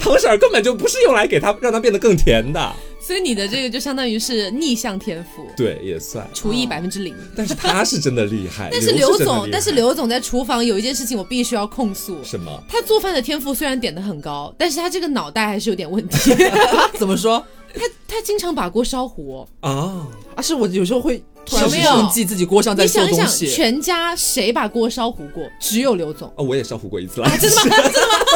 S2: 糖色儿根本就不是用来给它让它变得更甜的，
S1: 所以你的这个就相当于是逆向天赋，
S2: 对，也算。
S1: 厨艺
S3: 哦
S1: 百分之零。
S2: 但是他是真的厉害，
S1: (laughs) 但是
S2: 刘
S1: 刘
S2: 真的厉
S1: 总
S2: 害，
S1: 但是刘总在厨房有一件事情我必须要控诉，
S2: 什么？
S1: 他做饭的天赋虽然点的很高，但是他这个脑袋还是有点问
S2: (laughs)
S1: 题。
S3: 怎么说？
S1: 他他经常把锅烧糊，哦
S2: 啊，
S3: 啊，是我有时候会突然
S1: 有没有
S3: 忘记自己锅上在
S1: 你
S3: 做
S1: 想一
S3: 东
S1: 想，
S3: 西。
S1: 全家谁把锅烧糊过？只有刘总。
S2: 哦，我也烧糊过一次了，
S1: 啊真
S2: (laughs)
S1: 的吗？真的吗？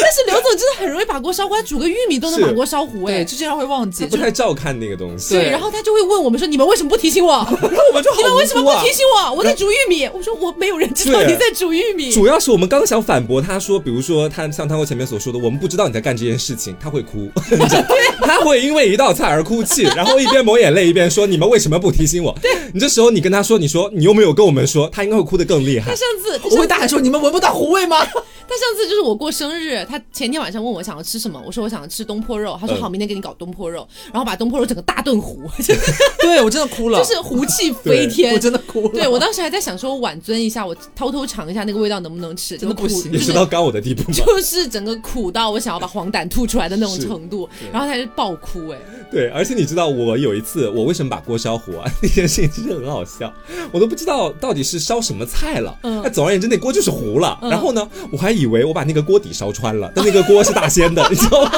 S1: 但是刘总真的很容易把锅烧糊，他煮个玉米都能
S2: 是
S1: 把锅烧糊哎、
S3: 对，就这样会忘记。
S2: 不
S3: 就
S2: 太照看那个东西。
S1: 对，然后他就会问我们说：“你们为什么不提醒我？
S2: 然后我们就好
S1: 你们为什么
S2: 无辜啊
S1: 不提醒我？我在煮玉米。”我说：“我没有人知道
S2: 对
S1: 你在煮玉米。”
S2: 主要是我们刚想反驳他说，比如说他像他我前面所说的，我们不知道你在干这件事
S1: (laughs)
S2: (laughs) 情，他会哭，你知道他会因为一道菜而哭泣，然后一边抹眼泪一边说你们为什什么不提醒我？对，你这时候你跟他说，你说你又没有跟我们说，他应该会哭得更厉
S1: 他。
S2: 害
S1: 上次，他
S3: 我
S1: 上
S3: 会大喊说：“你们闻不到糊味吗 (laughs)
S1: 他上次就是我过生日，他前天晚上问我想要吃什么，我说我想吃东坡肉，他说
S2: 嗯
S1: 好，明天给你搞东坡肉，然后把东坡肉整个大炖糊， (laughs) 就？”
S3: 对我真的哭了，
S1: 是胡气飞天，
S3: 我真的哭了。
S1: 对我当时还在想说，我晚尊一下，我偷偷尝一下那个味道能不能吃，
S3: 真的
S1: 就苦
S3: 不行
S2: 你
S1: 就
S2: 知
S1: 是
S2: 道刚我的地步
S1: (laughs)
S2: 吗？
S1: 就是整个苦到我想要把黄疸吐出来的那种
S2: 是
S1: 程度，然后他就爆哭哎、
S2: (laughs) 对，而且你知道我有一次，我为什么把锅烧糊啊？ (laughs) 那件事情真的很好笑，我都不知道到底是烧什么菜了。
S1: 嗯
S2: 那总而言之，那锅就是糊了。
S1: 嗯
S2: 然后呢，我还以为我把那个锅底烧穿了，但那个锅是大仙的， (laughs) 你知道吗？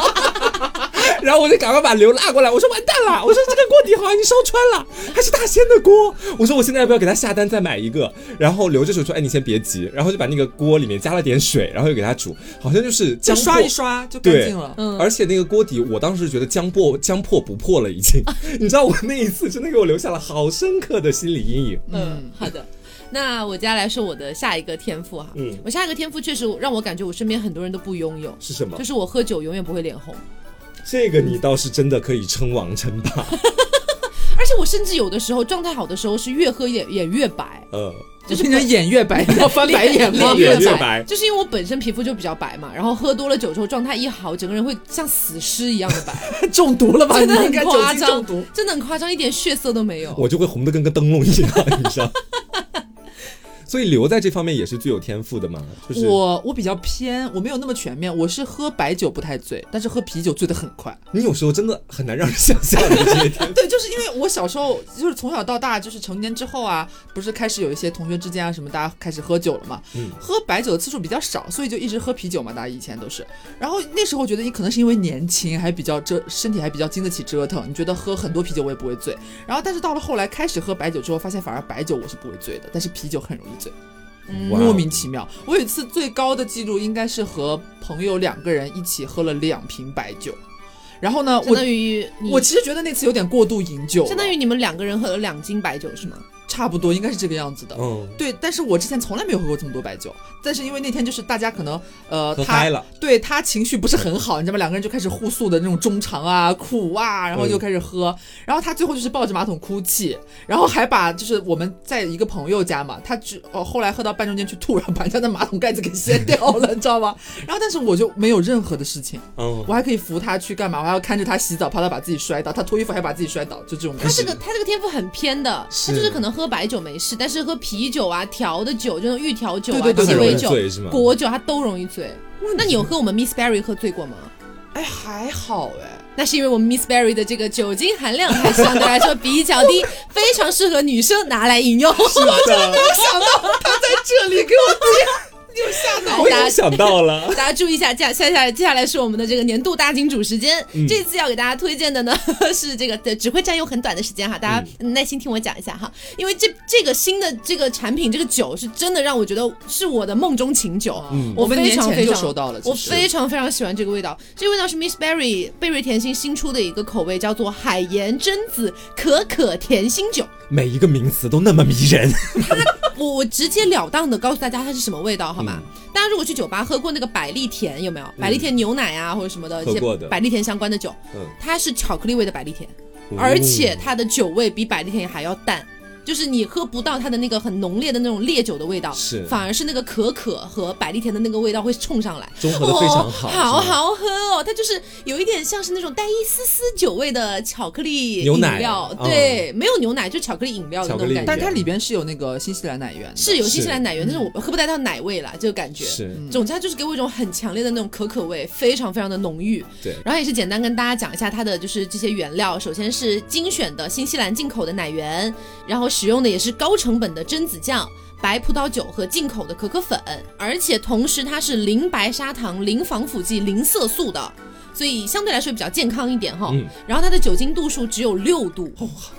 S2: 然后我就赶快把刘拉过来，我说完蛋了，我说这个锅底好像已经烧穿了，还是大仙的锅。我说我现在要不要给他下单再买一个？然后刘这时候说，哎，你先别急，然后就把那个锅里面加了点水，然后又给他煮，好像就是
S3: 就
S2: 将
S3: 刷
S2: 破
S3: 一刷就干
S2: 对
S3: 净了，。
S1: 嗯
S2: 而且那个锅底，我当时觉得将破将破不破了，已经。你知道我那一次真的给我留下了好深刻的心理阴影。
S1: 嗯，好的。那我接下来说我的下一个天赋哈，
S2: 嗯
S1: 我下一个天赋确实让我感觉我身边很多人都不拥有，
S2: 是什么
S1: 就？是我喝酒永远不会脸红，
S2: 这个你倒是真的可以称王称霸。
S1: 而且我甚至有的时候状态好的时候是越喝也也越白，
S2: 呃，
S3: 就是你的眼越白， (laughs) 你要翻白眼
S1: 脸
S3: 吗？
S2: 越
S1: 越
S2: 白
S1: 就是因为我本身皮肤就比较白嘛，然后喝多了酒之后状态一好，整个人会像死尸一样的白，
S3: (laughs) 中毒了吧？
S1: 真的
S3: 你应该
S1: 很
S3: 酒
S1: 夸
S3: 精
S1: 张
S3: 中毒。，
S1: 真的很夸张，一点血色都没有。
S2: 我就会红的跟个灯笼一样，你知道。所以留在这方面也是具有天赋的嘛，就是
S3: 我我比较偏，我没有那么全面，我是喝白酒不太醉，但是喝啤酒醉得很快。
S2: 你有时候真的很难让人想象你这些天赋。
S3: 对，就是因为我小时候，就是从小到大，就是成年之后啊，不是开始有一些同学之间啊什么，大家开始喝酒了嘛，
S2: 嗯
S3: 喝白酒的次数比较少，所以就一直喝啤酒嘛，大家以前都是。然后那时候觉得你可能是因为年轻，还比较折，身体还比较经得起折腾，你觉得喝很多啤酒我也不会醉。然后但是到了后来开始喝白酒之后，发现反而白酒我是不会醉的，但是啤酒很容易醉。
S1: 嗯
S2: 哇哦
S3: 莫名其妙。我有一次最高的记录应该是和朋友两个人一起喝了两瓶白酒，然后呢，
S1: 相
S3: 我
S1: 当于你
S3: 我其实觉得那次有点过度饮
S1: (laughs)
S3: 酒了，
S1: 相当于你们两个人喝了两斤白酒是吗？
S3: 差不多应该是这个样子的。
S2: 嗯，
S3: 对，但是我之前从来没有喝过这么多白酒，但是因为那天就是大家可能呃，
S2: 喝
S3: 他
S2: 嗨了，
S3: 对他情绪不是很好，你知道吗？两个人就开始互诉的那种衷肠啊、苦啊，然后就开始喝，然后他最后就是抱着马桶哭泣，然后还把就是我们在一个朋友家嘛，他只哦后来喝到半中间去吐，然 (laughs) 后把人家的马桶盖子给掀掉了，你知 (laughs) 道吗？然后但是我就没有任何的事情，
S2: 嗯
S3: 我，还可以扶他去干嘛？我还要看着他洗澡，怕他把自己摔倒，他脱衣服还把自己摔倒，就这种感
S1: 他
S3: 觉。
S1: 这个他这个天赋很偏的，
S2: 是
S1: 他就是可能喝白酒没事，但是喝啤酒啊、调的酒，这种预调酒啊、
S3: 对对对
S1: 鸡
S2: 很容
S1: 尾
S2: 易
S1: 酒、
S2: 醉是吗？
S1: 果酒，他都容易醉。那你有和我们 Miss Berry 喝醉过吗？
S3: 哎，还好哎。
S1: 那是因为我们 Miss Berry 的这个酒精含量还相对来说比较低，非常适合女生拿来饮用。
S2: 是的，
S3: 这里给我接，又吓到
S1: 好
S2: 我
S1: 大
S2: 也
S1: 家
S2: 想到了，
S1: (laughs) 大家注意一下，接下接下来接下来是我们的这个年度大金主时间。
S2: 嗯
S1: 这次要给大家推荐的呢 (laughs) 是这个，对只会占用很短的时间哈，大家
S3: 嗯
S1: 耐心听我讲一下哈。因为这这个新的这个产品，这个酒是真的让我觉得是我的梦中情酒。
S3: 嗯
S1: 我
S3: 我们
S1: 非
S3: 年
S1: 常
S3: 前
S1: 非
S3: 就
S1: 常
S3: 收到了，
S1: 我
S3: 其实
S1: 非常非常喜欢这个味道，这个味道是 Miss Berry 贝瑞甜心新出的一个口味，叫做海盐榛子可可甜心酒。
S2: 每一个名词都那么迷人。
S1: 我我直截了当的告诉大家它是什么味道，好吗？
S2: 嗯
S1: 大家如果去酒吧喝过那个百利甜，有没有？百利甜牛奶啊，或者什么的，
S2: 喝
S1: 一些
S2: 过的
S1: 百利甜相关的酒，
S2: 嗯，
S1: 它是巧克力味的百利甜，
S2: 哦
S1: 而且它的酒味比百利甜还要淡。就是你喝不到它的那个很浓烈的那种烈酒的味道，
S2: 是
S1: 反而是那个可可和百利甜的那个味道会冲上来，
S2: 综合的非常好，
S1: 哦，好
S2: 是吗，
S1: 好喝哦，它就是有一点像是那种带一丝丝酒味的巧克力
S2: 牛
S1: 饮
S2: 奶
S1: 料，
S2: 嗯
S1: 对，没有牛奶，就巧克力饮料的那
S2: 巧克
S1: 种
S2: 力
S1: 感觉
S3: 但。它里边是有那个新西兰奶源的，
S1: 是有新西
S2: 是嗯
S1: 兰奶源，但是我喝不太到奶味啦，这个感觉。嗯
S2: 是
S1: 总之它就是给我一种很强烈的那种可可味，非常非常的浓郁。
S2: 对
S1: 然后也是简单跟大家讲一下它的就是这些原料，首先是精选的新西兰进口的奶源，然后使用的也是高成本的榛子酱。白葡萄酒和进口的可可粉，而且同时它是零白砂糖、零防腐剂、零色素的，所以相对来说比较健康一点哈。
S2: 嗯哦
S1: 然后它的酒精度数只有六度，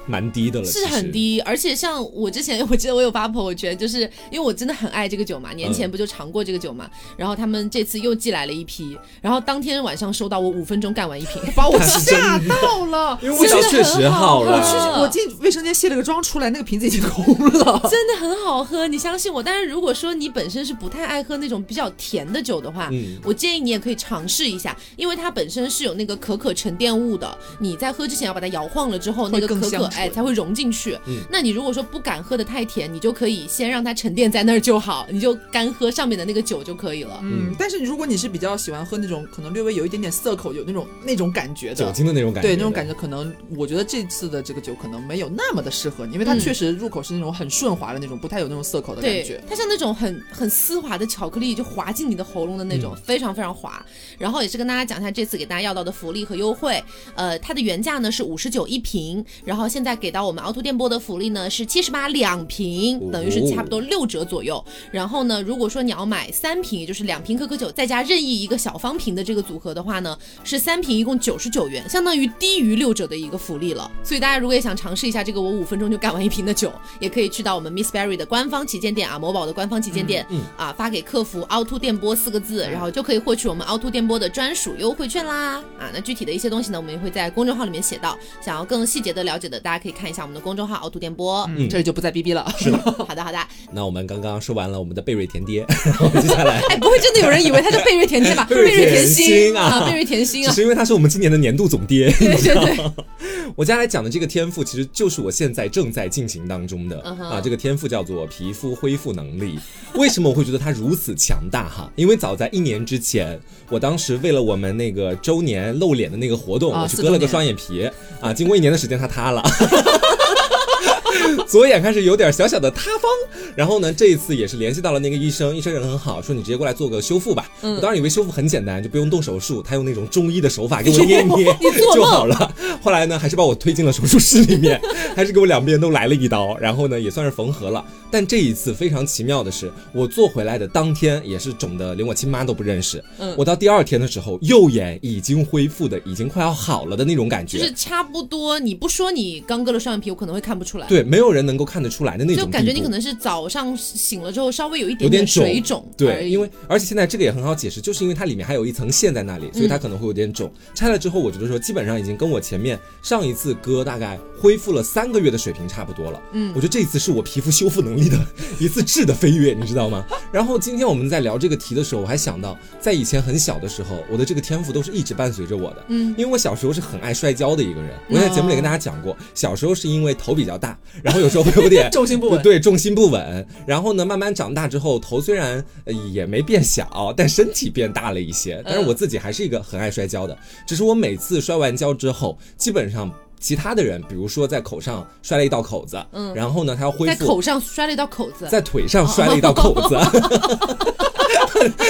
S2: 蛮低的了，
S1: 是
S2: 其实
S1: 很。低，而且像我之前，我记得我有发朋友圈，就是因为我真的很爱这个酒嘛，年
S2: 嗯
S1: 前不就尝过这个酒嘛，然后他们这次又寄来了一批，然后当天晚上收到，我五分钟干完一瓶，
S3: 把我
S2: 它是真
S3: (laughs) 吓到了。
S2: 因为味道确实好
S1: 真的
S2: 啦
S1: 很好
S3: 去
S1: 吃
S3: 我进卫生间卸了个妆出来，那个瓶子已经空了。
S1: 真的很好喝，你相信我。但是如果说你本身是不太爱喝那种比较甜的酒的话，
S2: 嗯
S1: 我建议你也可以尝试一下，因为它本本身是有那个可可沉淀物的，你在喝之前要把它摇晃了之后，那个
S3: 会更
S1: 可可
S3: 香醇
S1: 哎才会融进去。
S2: 嗯
S1: 那你如果说不敢喝的太甜，你就可以先让它沉淀在那儿就好，你就干喝上面的那个酒就可以了。
S3: 嗯，但是如果你是比较喜欢喝那种可能略微有一点点涩口，有那种那种感觉
S2: 酒
S3: 的，
S2: 精的那种感觉，
S3: 对那种感觉，可能我觉得这次的这个酒可能没有那么的适合你，因为它
S1: 嗯
S3: 确实入口是那种很顺滑的那种，不太有那种涩口的感
S1: 对
S3: 觉，。
S1: 它像那种很很丝滑的巧克力，就滑进你的喉咙的那种，
S3: 嗯
S1: 非常非常滑。然后也是跟大家讲一下这次给大家要到的福利和优惠。呃，它的原价呢是五十九一瓶，然后现在给到我们凹凸电波的福利呢是七十八两瓶，等于是差不多六折左右。然后呢，如果说你要买三瓶，也就是两瓶可可酒再加任意一个小方瓶的这个组合的话呢，是三瓶一共九十九元，相当于低于六折的一个福利了。所以大家如果也想尝试一下这个我五分钟就干完一瓶的酒，也可以去到我们 Miss Berry 的官方旗舰店啊，某宝的官方旗舰店、
S2: 嗯
S1: 啊，发给客服凹凸电波四个字，然后就可以获取我们凹凸电波的专属优惠券啦。啊，那具体的一些东西呢，我们也会在公众号里面写到，想要更细节的了解的，大家可以看一下我们的公众号凹凸电波。 (laughs)
S3: 嗯，这里就不再逼逼了。
S1: 好的，好的。
S2: 那我们刚刚说完了我们的贝瑞甜爹， (laughs) 我们接下来
S1: 哎，不会真的有人以为他
S2: (laughs)
S1: 叫贝瑞甜心吧？
S2: 贝瑞
S1: 贝瑞甜
S2: 甜
S1: 心 (laughs)
S2: 心啊
S1: 贝瑞甜心
S2: 只
S1: 啊，
S2: (laughs) 是因为他是我们今年的年度总
S1: (laughs)
S2: 爹。
S1: 对对对，
S2: 我接下来讲的这个天赋，其实就是我现在正在进行当中的、
S1: 嗯哼
S2: 啊。这个天赋叫做皮肤恢复能力。为什么我会觉得它如此强大哈？因为早在一年之前，我当时为了我们那个周年露脸的那个活动，
S1: 哦
S3: 啊
S2: 我去
S3: 四
S2: 割了
S3: 周
S2: 个
S3: 年
S2: 双眼皮啊。经过一年的时间，它塌了。 (laughs) 左眼开始有点小小的塌方，然后呢，这一次也是联系到了那个医生，医生人很好，说你直接过来做个修复吧。
S1: 嗯
S2: 我当时以为修复很简单，就不用动手术，他用那种中医的手法给我
S1: (laughs)
S2: 捏一捏
S1: 做梦
S2: 就好了。后来呢，还是把我推进了手术室里面， (laughs) 还是给我两边都来了一刀，然后呢，也算是缝合了。但这一次非常奇妙的是，我做回来的当天也是肿的连我亲妈都不认识。
S1: 嗯
S2: 我到第二天的时候，右眼已经恢复的，已经快要好了的那种感觉。
S1: 就是差不多。你不说你刚割了双眼皮，我可能会看不出来。
S2: 对，没有人能够看得出来的那种
S1: 就
S2: 地步，
S1: 感觉你可能是早上醒了之后稍微有一
S2: 有
S1: 点
S2: 点
S1: 水肿，
S2: 对， (laughs) 因为而且现在这个也很好解释，就是因为它里面还有一层线在那里，所以它可能会有点肿。拆了之后，我觉得说基本上已经跟我前面上一次割大概恢复了三个月的水平差不多了。嗯，我觉得这一次是我皮肤修复能力的 (laughs) 一次质的飞跃，你知道吗？然后今天我们在聊这个题的时候，我还想到，在以前很小的时候，我的这个天赋都是一直伴随着我的。
S1: 嗯，
S2: 因为我小时候是很爱摔跤的一个人，我在节目里跟大家讲过，小时候是因为头比较大，然后有时候会有
S3: (laughs)
S2: 点
S3: 重心不稳
S2: 对，重心不稳。然后呢，慢慢长大之后，头虽然呃也没变小，但身体变大了一些。但是我自己还是一个很爱摔跤的，只是我每次摔完跤之后，基本上。其他的人，比如说在口上摔了一道口子，嗯，然后呢，他要恢
S1: 哎在
S2: 复，
S1: 口上摔了一道口子。
S2: 在腿上摔了一道口子， (laughs)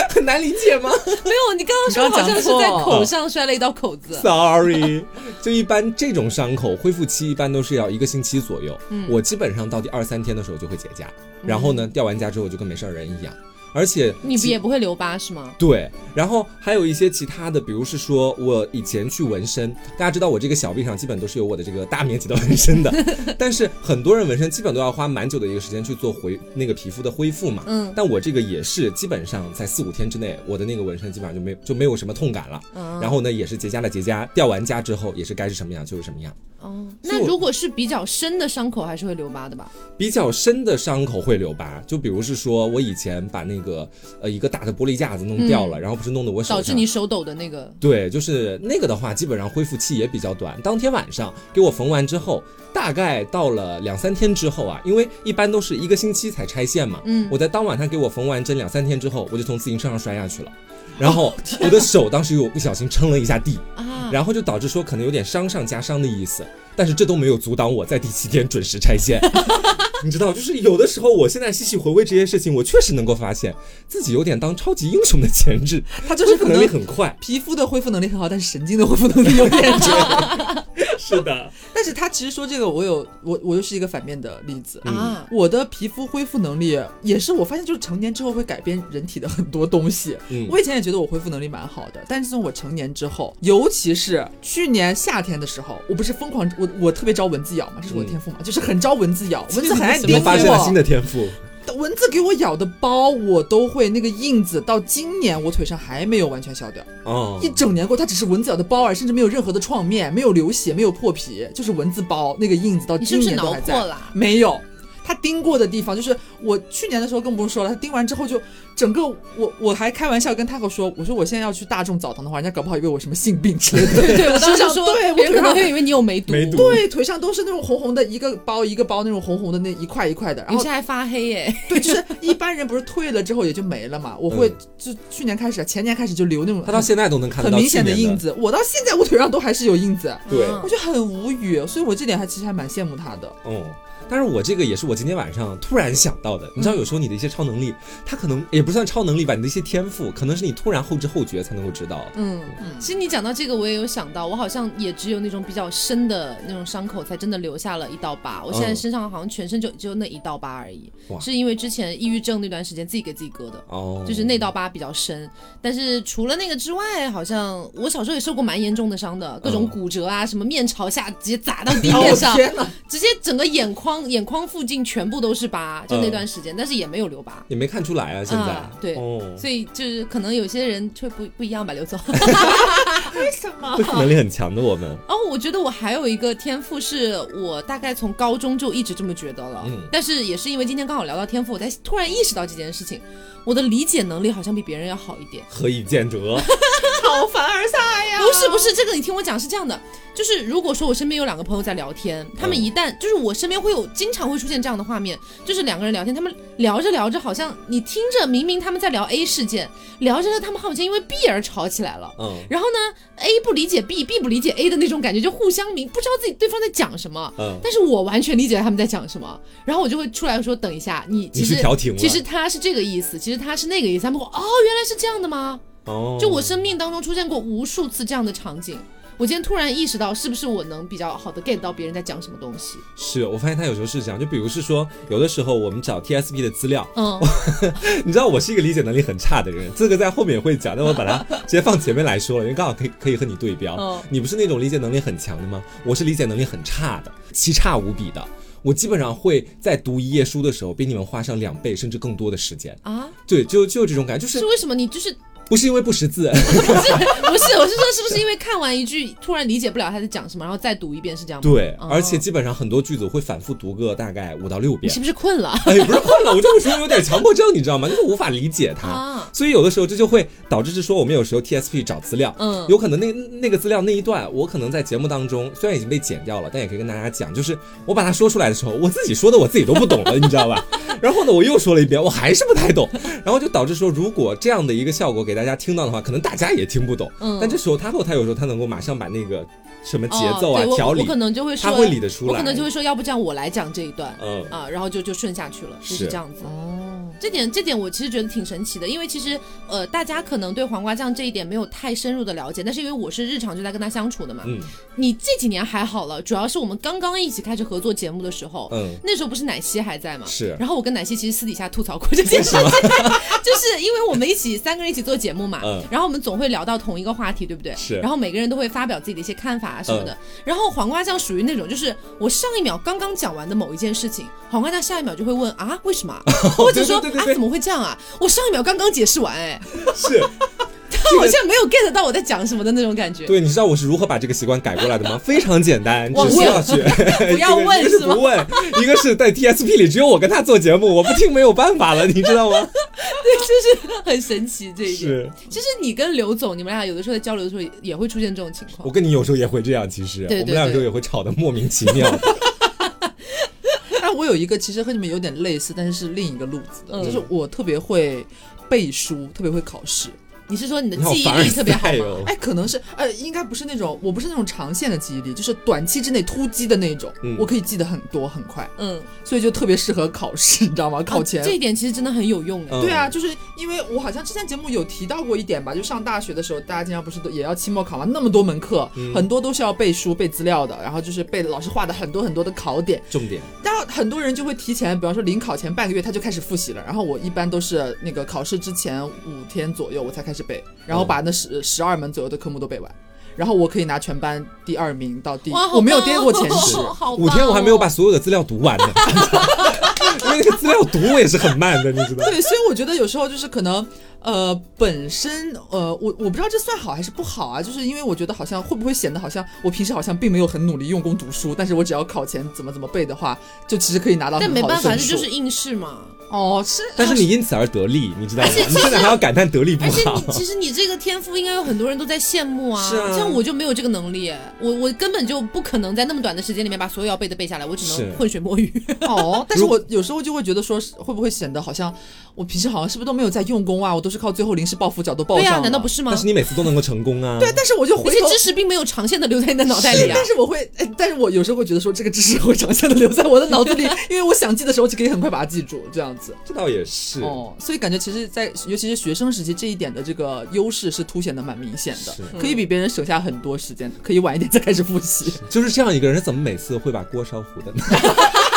S2: 很难理解吗？
S1: 没有，你刚刚说
S3: 你刚
S1: 好
S3: 刚
S1: 像
S3: 讲
S1: 是
S3: 错
S1: 在口上摔了一道口子。
S2: Sorry，就 (laughs) 一般这种伤口恢复期一般都是要一个星期左右。
S1: 嗯
S2: 我基本上到第二三天的时候就会结痂，然后呢，掉完痂之后就跟没事儿人一样，而且
S1: 你
S2: 其
S1: 也不会留疤是吗？
S2: 对，然后还有一些其他的，比如是说我以前去纹身，大家知道我这个小臂上基本都是有我的这个大面积的纹身的，但是很多人纹身基本都要花蛮久的一个时间去做回那个皮肤的恢复嘛。
S1: 嗯
S2: 但我这个也是基本上在四五天之内，我的那个纹身基本上就没有就没有什么痛感了。然后呢，也是结痂了结痂，掉完痂之后也是该是什么样就是什么样。
S1: 哦，
S2: 所以
S1: 那
S2: 我
S1: 如果是比较深的伤口，还是会留疤的吧？
S2: 比较深的伤口会留疤，就比如是说我以前把那个呃一个大的玻璃架子弄掉了，然后不是弄得我手
S1: 导
S2: 上
S1: 致你手抖的那个，
S2: 对，就是那个的话，基本上恢复期也比较短。当天晚上给我缝完之后，大概到了两三天之后啊，因为一般都是一个星期才拆线嘛。
S1: 嗯
S2: 我在当晚他给我缝完针两三天之后，我就从自行车上摔下去了，然后我的手当时有不小心撑了一下地，
S1: 啊，
S2: 然后就导致说可能有点伤上加伤的意思，但是这都没有阻挡我在第七天准时拆线。 (laughs) 你知道，就是有的时候，我现在细细回味这些事情，我确实能够发现自己有点当超级英雄的潜质，
S3: 它就是
S2: 恢复
S3: 可
S2: 能力
S3: 能
S2: 很快。
S3: 皮肤的恢复能力很好，但是神经的恢复能力有点差。
S2: (laughs) 是的，
S3: 但是他其实说这个，我有我我又是一个反面的例子。
S1: 啊，
S3: 我的皮肤恢复能力也是，我发现就是成年之后会改变人体的很多东西。
S2: 嗯
S3: 我以前也觉得我恢复能力蛮好的，但是自从我成年之后，尤其是去年夏天的时候，我不是疯狂我我特别招蚊子咬嘛，这是我的天赋嘛，就是很招蚊子咬，蚊子很爱
S2: 嗯你
S3: 叮
S2: 又
S3: 我
S2: 发现了新。的天赋，
S3: 蚊子给我咬的包，我都会那个印子，到今年我腿上还没有完全消掉。
S2: 哦
S3: 一整年过，它只是蚊子咬的包而已，甚至没有任何的创面，没有流血，没有破皮，就是蚊子包那个印子到
S1: 你是
S3: 今
S1: 不是
S3: 年都
S1: 挠
S3: 还在。
S1: 破啦？啊
S3: 没有，它叮过的地方，就是我去年的时候更不用说了，它叮完之后就整个我我还开玩笑跟太后说，我说我现在要去大众澡堂的话，人家搞不好以为我什么性病之类
S2: (laughs)
S3: 的。
S1: 对 (laughs) 对，我
S3: 身
S1: 当时
S3: 上
S1: 说，
S3: 对我
S1: 别人可
S3: 腿
S1: 能
S3: 上
S1: 会以为你有梅毒，
S2: 梅毒
S3: 对，腿上都是那种红红的，一个包一个包那种红红的那一块一块的。然
S1: 有
S3: 后
S1: 些还发黑耶。
S3: 对，就是一般人不是退了之后也就没
S2: (laughs)
S3: 了嘛。我会就去年开始，前年开始就留那种
S2: 他到现在都能看得
S3: 很
S2: 到
S3: 明显
S2: 去年
S3: 印
S2: 的，
S3: 子，我到现在我腿上都还是有印子，
S2: 对，
S1: 嗯
S3: 我就很无语。所以我这点还其实还蛮羡慕他的。
S2: 嗯，但是我这个也是我今天晚上突然想到的。
S1: 嗯
S2: 你知道，有时候你的一些超能力，它可能也不算超能力吧，你的一些天赋，可能是你突然后知后觉才能够知道。
S1: 嗯，其实你讲到这个，我也有想到，我好像也只有那种比较深的那种伤口，才真的留下了一道疤。我现在
S2: 嗯
S1: 身上好像全身就只有那一道疤而已，
S2: 哇
S1: 是因为之前抑郁症那段时间自己给自己割的。
S2: 哦，
S1: 就是那道疤比较深，但是除了那个之外，好像我小时候也受过蛮严重的伤的，各种
S2: 嗯
S1: 骨折啊，什么面朝下直接砸到地
S3: 哦
S1: 面上，
S3: 天哪！
S1: 直接整个眼眶眼眶附近全部都是疤，就那段时间，但是也没有留疤。
S2: 也没看出来啊，嗯现在。
S1: 啊对
S2: 哦，
S1: 所以就是可能有些人会不不一样吧，刘
S2: (laughs)
S1: 总。
S3: 为什么
S2: 恢复能力很强的我们，
S1: 哦，我觉得我还有一个天赋，是我大概从高中就一直这么觉得了。
S2: 嗯
S1: 但是也是因为今天刚好聊到天赋，我才突然意识到这件事情。我的理解能力好像比别人要好一点。
S2: 何以见得？
S3: 好凡尔赛呀？
S1: 不是不是，这个你听我讲是这样的，就是如果说我身边有两个朋友在聊天，他们
S2: 嗯
S1: 一旦就是我身边会有经常会出现这样的画面，就是两个人聊天，他们聊着聊着，好像你听着明明他们在聊 A 事件，聊着聊着他们好像因为 B 而吵起来了。
S2: 嗯
S1: 然后呢，A 不理解 B，B 不理解 A 的那种感觉，就互相明不知道自己对方在讲什么。
S2: 嗯，
S1: 但是我完全理解他们在讲什么，然后我就会出来说：“等一下，你其
S2: 你是
S1: 实
S2: 调停了。
S1: 其实他是这个意思，其实他是那个意思。”他们会哦，原来是这样的吗？
S2: 哦，
S1: 就我生命当中出现过无数次这样的场景，我今天突然意识到，是不是我能比较好的 get 到别人在讲什么东西？
S2: 是我发现他有时候是这样，就比如是说，有的时候我们找 TSP 的资料，
S1: 嗯，
S2: 你知道我是一个理解能力很差的人，这个在后面也会讲，但我把它直接放前面来说了，因为刚好可以可以和你对标。
S1: 嗯
S2: 你不是那种理解能力很强的吗？我是理解能力很差的，奇差无比的。我基本上会在读一页书的时候，比你们花上两倍甚至更多的时间。
S1: 啊，
S2: 对，就就这种感觉，就是是
S1: 为什么你就是 (laughs)
S2: 不是因为不识字，
S1: 不是不是？我是说，是不是因为看完一句突然理解不了他在讲什么，然后再读一遍是这样吗？
S2: 对，
S1: 哦
S2: 而且基本上很多句子会反复读个大概五到六
S1: 你
S2: 遍
S1: 是。不是困了？
S2: 哎，不是困了，我就会说有点强迫症，你知道吗？就是无法理解它，
S1: 啊
S2: 所以有的时候这就会导致是说我们有时候 TSP 找资料，
S1: 嗯
S2: 有可能那那个资料那一段，我可能在节目当中虽然已经被剪掉了，但也可以跟大家讲，就是我把它说出来的时候，我自己说的我自己都不懂了，你知道吧？ (laughs) 然后呢，我又说了一遍，我还是不太懂，然后就导致说，如果这样的一个效果给大家听到的话，可能大家也听不懂。
S1: 嗯
S2: 但这时候他后他有时候他能够马上把那个什 (laughs) 么节奏啊、
S1: 哦、对我
S2: 调
S1: 我
S2: 理
S1: 可，能就会说，
S2: 他会理得出来
S1: 我可能就会说，要不这样我来讲这一段。
S2: 嗯
S1: 啊，然后就就顺下去了，就是
S2: 是
S1: 这样子。
S3: 哦，
S1: 这点这点我其实觉得挺神奇的，因为其实呃，大家可能对黄瓜酱这一点没有太深入的了解，但是因为我是日常就在跟他相处的嘛。
S2: 嗯
S1: 你这几年还好了，主要是我们刚刚一起开始合作节目的时候，
S2: 嗯，
S1: 那时候不是奶昔还在嘛？ (laughs)
S2: 是
S1: 然后我跟奶昔其实私底下吐槽过这
S2: (laughs)
S1: 件事情，就是因为我们一起三个人一起做节目嘛，
S2: 嗯
S1: 然后我们总会聊到同一个话题，对不对？
S2: 是
S1: 然后每个人都会发表自己的一些看法啊什么的。然后黄瓜酱属于那种，就是我上一秒刚刚讲完的某一件事情，黄瓜酱下一秒就会问啊为什么啊，或者说
S2: (laughs) 对对对对
S1: 啊怎么会这样啊？我上一秒刚刚解释完，哎，
S2: 是。
S1: 他好像没有 get 到我在讲什么的那种感觉。
S2: 对，你知道我是如何把这个习惯改过来
S1: (laughs)
S2: 的吗？非常简单，
S1: 忘
S2: 只需要去
S1: 不要问
S2: (laughs) 一个一个是
S1: 是吗
S2: 不问，一个是在 TSP 里只有我跟他做节目，我不听没有办法了，你知
S1: (laughs)
S2: 道吗？
S1: 就是很神奇这一点。
S2: 是
S1: 其实你跟刘总，你们俩有的时候在交流的时候也也会出现这种情况
S2: 我。跟你有时候也会这样，其实
S1: 对对
S2: 我们俩有时候也会吵得莫名其妙。
S3: 但我有一个其实和你们有点类似，但是是另一个路子的，
S1: 嗯
S3: 就是我特别会背书，特别会考试。
S1: 你是说你的
S2: 你好
S1: 记忆
S2: 凡尔
S1: 力特别好
S2: 赛
S1: 吗？
S2: 哦，
S3: 哎，可能是呃，应该不是那种，我不是那种长线的记忆力，就是短期之内突击的那种，
S2: 嗯
S3: 我可以记得很多很快，
S1: 嗯，
S3: 所以就特别适合考试，你知道吗？考
S1: (laughs)
S3: 前。
S1: 啊这一点其实真的很有用哎。
S2: 嗯
S3: 对啊，就是因为我好像之前节目有提到过一点吧，就上大学的时候，大家经常不是都也要期末考嘛，那么多门课，
S1: 嗯
S3: 很多都是要背书、背资料的，然后就是背老师画的很多很多的考点，
S2: (laughs) 重点
S3: 但很多人就会提前，比方说临考前半个月他就开始复习了，然后我一般都是那个考试之前五天左右我才开始背，然后把那
S1: 嗯
S3: 十十二门左右的科目都背完，然后我可以拿全班第二名到第，
S1: 哇，好
S3: 我没有
S1: 棒
S3: 跌
S1: 哦
S3: 过前十。
S1: 好
S2: 五天我还没有把
S1: 棒哦
S2: 所有的资料读完呢， (laughs) 因为那个资料读我也是很慢的，你知道吗。
S3: 对，所以我觉得有时候就是可能呃，本身呃，我我不知道这算好还是不好啊，就是因为我觉得好像会不会显得好像我平时好像并没有很努力用功读书，但是我只要考前怎么怎么背的话，就其实可以拿到
S1: 但没
S3: 很好的
S1: 办法，
S3: 分
S1: 这
S3: 数。
S1: 就是应试嘛。
S3: 哦，是，
S2: 但是你因此而得利，你知道吗
S1: 而且？
S2: 你现在还要感叹得利不
S1: 而且
S2: 好
S1: 你，其实你这个天赋应该有很多人都在羡慕啊，
S2: 是啊
S1: 像我就没有这个能力，欸我我根本就不可能在那么短的时间里面把所有要背的背下来，我只
S2: 是
S1: 能浑水摸鱼。
S3: 哦，但是我有时候就会觉得说，是会不会显得好像我平时好像是不是都没有在用功啊？我都是靠最后临时抱佛脚都
S1: (laughs)
S3: 抱
S1: 对
S3: 上
S1: 呀、
S3: 了。
S1: 难道不
S3: 是？
S1: 是吗
S2: 但？是你每次都能够成功啊。
S3: 对，但是我就
S1: 那
S3: 回
S1: 些
S3: 头。
S1: 知识并没有长线的留在你的脑袋里啊
S3: 但。是我会，哎但是我有时候会觉得说，这个知识会长线的留在我的脑
S1: (laughs)
S3: 子里，因为我想记的时候就可以很快把它记住，这样子。
S2: 这倒也是。
S3: 哦，所以感觉其实在，尤其是学生时期这一点的这个优势是凸显的蛮明显
S2: 是
S3: 的，可以比别人省下很多时间，可以晚一点再开始复习。
S2: 就是这样一个人，他怎么每次会把锅烧糊
S3: (laughs)
S2: 的呢？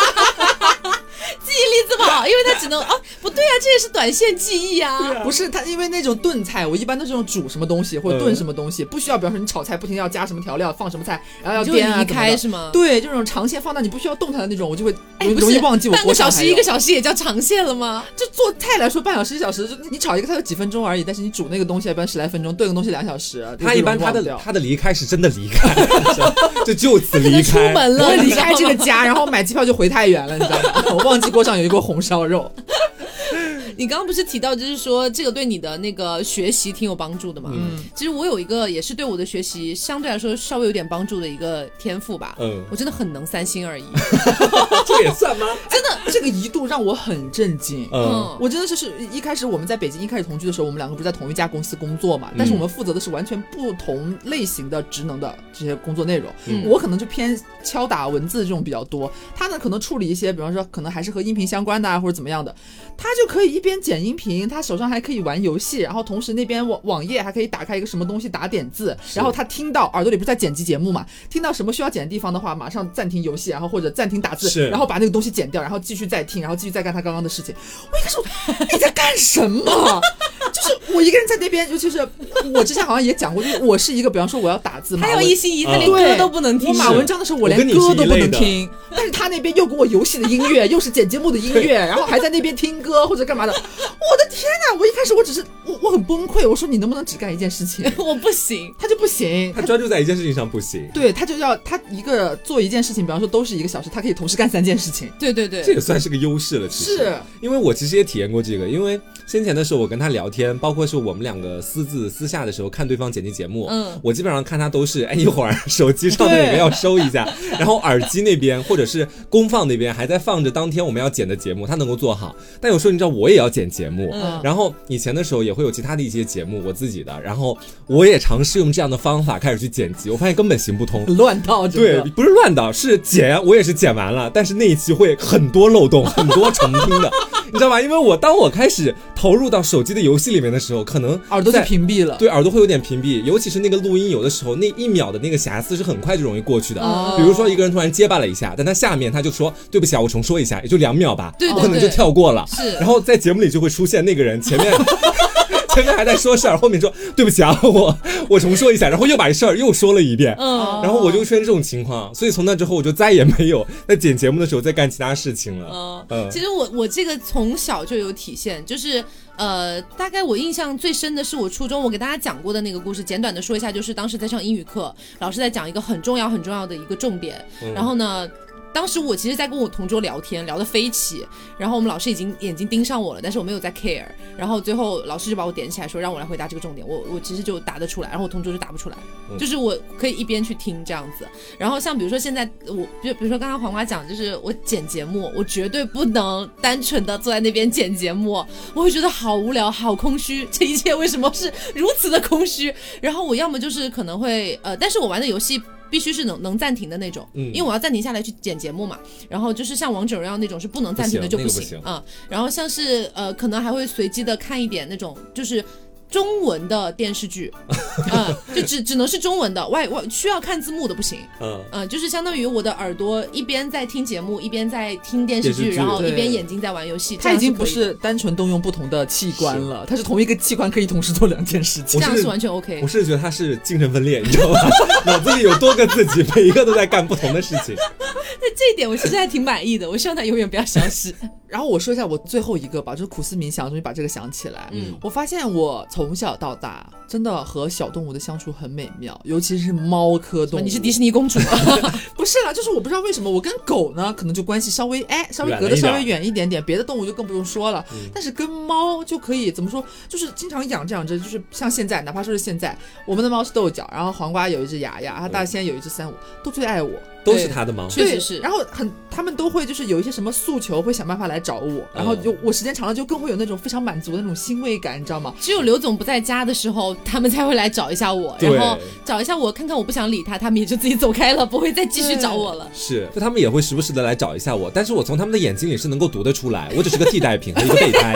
S1: 记 (laughs) 忆力这么好，因为他只能啊，不对啊，这也是短线记忆 (laughs) 啊。
S3: (laughs) 不是他，因为那种炖菜，我一般都是用煮什么东西或者炖
S2: 嗯
S3: 什么东西，不需要，比方说你炒菜不停要加什么调料，放什么菜，然后要
S1: 你就
S3: 颠啊
S1: 离
S3: 怎么
S1: 开
S3: 的
S1: 是吗？
S3: 对，就这种长线放大你不需要动它的那种，我就会
S1: 哎
S3: 容
S1: 不
S3: 容易
S1: 是
S3: 忘记我
S1: 半
S3: 锅
S1: 个
S3: 上
S1: 小
S3: 还
S1: 时一
S3: 有
S1: 个小时也叫长线了吗？
S3: 就做菜来说，半小时一小时，就你炒一个菜就几分钟而已，但是你煮那个东西一般十来分钟，炖个东西两小时。
S2: 他一般他
S3: 就容易忘
S2: 的
S3: 掉
S2: 他的离开是真的离开， (laughs) 就就此
S1: 可
S2: 离
S1: 能出
S2: 开。
S1: 门
S3: 我
S1: 了，
S3: 会
S1: 你
S3: 离
S1: 知道
S3: 开 (laughs) 这个
S1: 吗 (laughs)
S3: 家，然后买机票就回太原了，你知道吗？ (laughs) 我忘记锅上有一锅红烧肉。
S1: 你刚刚不是提到，就是说这个对你的那个学习挺有帮助的嘛？嗯，其实我有一个也是对我的学习相对来说稍微有点帮助的一个天赋吧。
S2: 嗯
S1: 我真的很能三心二意。
S2: 这也算吗？
S3: 这个一度让我很震惊。
S2: 嗯，
S1: 嗯，
S3: 我真的就是一开始我们在北京一开始同居的时候，我们两个不是在同一家公司工作
S1: 嗯
S3: 嘛？但是我们负责的是完全不同类型的职能的这些工作内容。
S1: 嗯
S3: 我可能就偏敲打文字这种比较多，他呢可能处理一些，比方说可能还是和音频相关的啊，或者怎么样的，他就可以一边剪音频，他手上还可以玩游戏，然后同时那边网网页还可以打开一个什么东西打点字，然后他听到耳朵里不是在剪辑节目嘛，听到什么需要剪的地方的话，马上暂停游戏，然后或者暂停打字，
S2: 是
S3: 然后把那个东西剪掉，然后继续再听，然后继续再干他刚刚的事情。我一开始我你在干什
S1: (laughs)
S3: 么？就是我一个人在那边，尤其是我之前好像也讲过，就是我是一个，比方说我要打字嘛，
S1: 他要
S3: 我
S1: 一心一意，他连
S2: 嗯
S1: 歌都不能听。
S3: 我马
S2: 是
S3: 文章的时候，我
S2: 我
S3: 连
S2: 跟你
S3: 歌
S2: 是
S3: 都
S2: 一
S3: 不
S2: 类
S3: 能
S2: 的
S3: 听，但是他那边又给我游戏的音乐，又是剪节目的音乐，然后还在那边听歌或者干嘛的。我的天呐，我一开始我只是我我很崩溃，我说你能不能只干一件事情？
S1: (laughs) 我不行，
S3: 他就不行，
S2: 他专注在一件事情上不行，
S3: 对他就要他一个做一件事情，比方说都是一个小时，他可以同时干三件事情。
S1: 对对
S2: 这
S1: 对，
S2: 也算是个优势了。其实
S3: 是，
S2: 因为我其实也体验过这个，因为先前的时候我跟他聊天，包括是我们两个私自私下的时候看对方剪辑节目，
S1: 嗯
S2: 我基本上看他都是哎一会儿手机
S1: (laughs)
S2: 上的那个要收一下，然后耳机那边或者是功放那边还在放着当天我们要剪的节目，他能够做好。但有时候你知道我也要剪节目，
S1: 嗯
S2: 然后以前的时候也会有其他的一些节目我自己的，然后我也尝试用这样的方法开始去剪辑，我发现根本行不通。
S3: 很乱套，真
S2: 对
S3: 的，
S2: 不是乱导，是剪，我也是剪完了，但是那一期会很多漏
S3: (laughs)
S2: 洞，很多重听的，你知道吧？因为我当我开始投入到手机的游戏里面的时候，可能
S3: 耳朵就
S2: 在
S3: 屏蔽了。
S2: 对耳朵会有点屏蔽，尤其是那个录音，有的时候那一秒的那个瑕疵是很快就容易过去的。
S1: 哦
S2: 比如说一个人突然结巴了一下，但他下面他就说对不起啊，我重说一下，也就两秒吧，
S1: 对对
S2: 我可能就
S1: 对
S2: 跳过了。 (laughs)
S1: 是
S2: 然后在节目里就会出现那个人前面。 (laughs) 前面还在说事儿，后面说对不起啊，我我重说一下，然后又把事儿又说了一遍，
S1: 嗯。
S2: 然后我就出现这种情况，所以从那之后我就再也没有在剪节目的时候再干其他事情了。
S1: 嗯
S2: 嗯，
S1: 其实我我这个从小就有体现，就是呃，大概我印象最深的是我初中我给大家讲过的那个故事，简短的说一下，就是当时在上英语课，老师在讲一个很重要很重要的一个重点，
S2: 嗯
S1: 然后呢。当时我其实，在跟我同桌聊天，聊得飞起，然后我们老师已经眼睛盯上我了，但是我没有在 care，然后最后老师就把我点起来说，让我来回答这个重点，我我其实就答得出来，然后我同桌就答不出来，
S2: 嗯
S1: 就是我可以一边去听这样子，然后像比如说现在我，就比如说刚刚黄瓜讲，就是我剪节目，我绝对不能单纯的坐在那边剪节目，我会觉得好无聊，好空虚，这一切为什么是如此的空虚？然后我要么就是可能会呃，但是我玩的游戏。必须是能能暂停的那种，
S2: 嗯
S1: 因为我要暂停下来去剪节目嘛。然后就是像王者荣耀那种是不能暂停的
S2: 不
S1: 就
S2: 行
S1: 不
S2: 那个
S1: 行
S2: 不
S1: 啊、然后像是呃，可能还会随机的看一点那种就是中文的电视剧，嗯，就只只能是中文的，外外需要看字幕的不行。
S2: 嗯，
S1: 嗯、就是相当于我的耳朵一边在听节目，一边在听电视
S2: 电视
S1: 剧，
S2: 剧
S1: 然后一
S3: 对
S1: 边眼睛在玩游戏。这
S3: 他已
S1: 样
S3: 经
S1: 可
S3: 不
S1: 以的
S3: 是单纯动用不同的器官了，他是同一个器官可以同时做两件事情
S1: 这。样
S2: 我是
S1: 是完全 OK
S2: 我。是觉得他是精神分裂，你知道吧？ (laughs) 脑子里有多个自己，每一个都在干不同的事情。 (laughs)
S1: 那这一点我其实还挺满意的，我希望他永远不要消失。
S3: 然后我说一下我最后一个吧，就是苦思冥想，终于把这个想起来。
S2: 嗯
S3: 我发现我从小到大真的和小动物的相处很美妙，尤其是猫科动物。
S1: 哦你是迪士尼公主吗？ (laughs)
S3: 不是啦，就是我不知道为什么我跟狗呢，可能就关系稍微哎稍微
S2: 远了
S3: 隔得
S2: 一
S3: 稍
S2: 点嗯
S3: 微远一点点，别的动物就更不用说了。但是跟猫就可以怎么说，就是经常养着养着，就是像现在，哪怕说是现在，我们的猫是豆角，然后黄瓜有一只牙牙，然后大仙有一只三五，都最爱我。
S2: 嗯都是他的吗？
S1: 确实
S3: 对
S1: 是
S3: 然后很，他们都会就是有一些什么诉求，会想办法来找我，
S2: 嗯
S3: 然后就、我时间长了就更会有那种非常满足的那种欣慰感，你知道吗？
S1: 只有刘总不在家的时候，他们才会来找一下我，
S2: 对
S1: 然后找一下我，看看我不想理他，他们也就自己走开了，不会再继续找我了。
S2: 是，就他们也会时不时的来找一下我，但是我从他们的眼睛里是能够读得出来，我只是个替代品和一个备胎，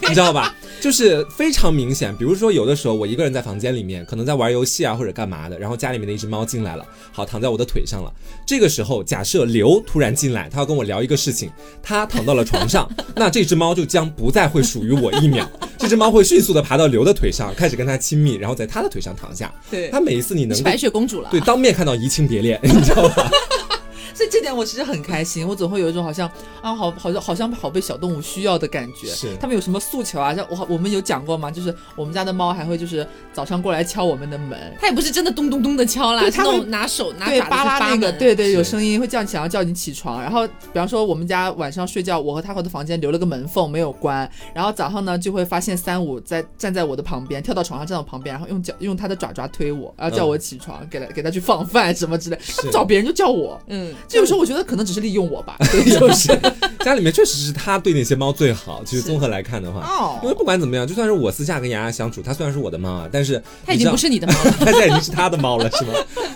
S2: 你知道吧？就是非常明显。比如说，有的时候我一个人在房间里面，可能在玩游戏啊或者干嘛的，然后家里面的一只猫进来了，好躺在我的腿上了。这个时候，假设刘突然进来，他要跟我聊一个事情，他躺到了床上，那这只猫就将不再会属于我一秒，这只猫会迅速的爬到刘的腿上，开始跟他亲密，然后在他的腿上躺下。
S3: 对
S2: 他每一次你
S1: 你
S2: 能
S1: 是
S2: 够
S1: 白雪公主了啊，
S2: 对当面看到移情别恋，你知道吧？
S3: 所以这点我其实很开心，我总会有一种好像啊，好好像好像好被小动物需要的感觉。
S2: 是
S3: 他们有什么诉求啊？像我我们有讲过吗？就是我们家的猫还会就是早上过来敲我们的门，
S1: 他也不是真的咚咚咚的敲啦，
S3: 对
S1: 是
S3: 他
S1: 那种
S3: 会
S1: 拿手拿
S3: 对
S1: 爪子
S3: 扒拉
S1: 去
S3: 那个，
S1: 门
S3: 对对，有
S2: 是
S3: 声音会叫你想要叫你起床。然后比方说我们家晚上睡觉，我和他和的房间留了个门缝没有关，然后早上呢就会发现三五在站在我的旁边，跳到床上站到我旁边，然后用脚用他的爪爪推我，然后叫我起床，
S2: 嗯
S3: 给他给他去放饭什么之类。他不找别人就叫我，
S1: 嗯，
S3: 这有时候我觉得可能只是利用
S2: (laughs)
S3: 我吧。对
S2: 就是家里面确实是他对那些猫最好。其实综合来看的话，
S3: 哦
S2: 因为不管怎么样，就算是我私下跟牙牙相处，它虽然是我的猫啊，但是
S1: 他已
S2: 你知
S1: 经
S2: 道
S1: 不是你的猫了。
S2: 它现在已经是 (laughs) 他的猫了，是吗？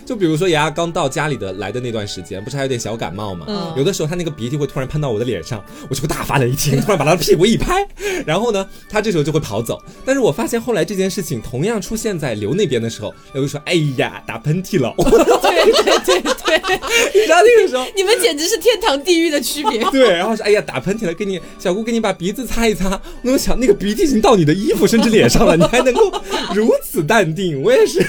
S2: 就比如说牙牙刚到家里的来的那段时间，不是还有点小感冒嘛？
S1: 嗯
S2: 有的时候它那个鼻涕会突然喷到我的脸上，我就会大发雷霆，突然把它的屁股一拍，然后呢，它这时候就会跑走。但是我发现后来这件事情同样出现在刘那边的时候，刘就说：“哎呀，打喷嚏了。”
S1: 对对嗯 (laughs) 对对，
S2: 你知道那个时候。
S1: 你们简直是天堂地狱的区别。 (laughs)
S2: 对，然后说哎呀，打喷嚏了，给你小姑给你把鼻子擦一擦。我想那个鼻涕已经到你的衣服甚至脸上了，你还能够如此淡定，我也是。嗯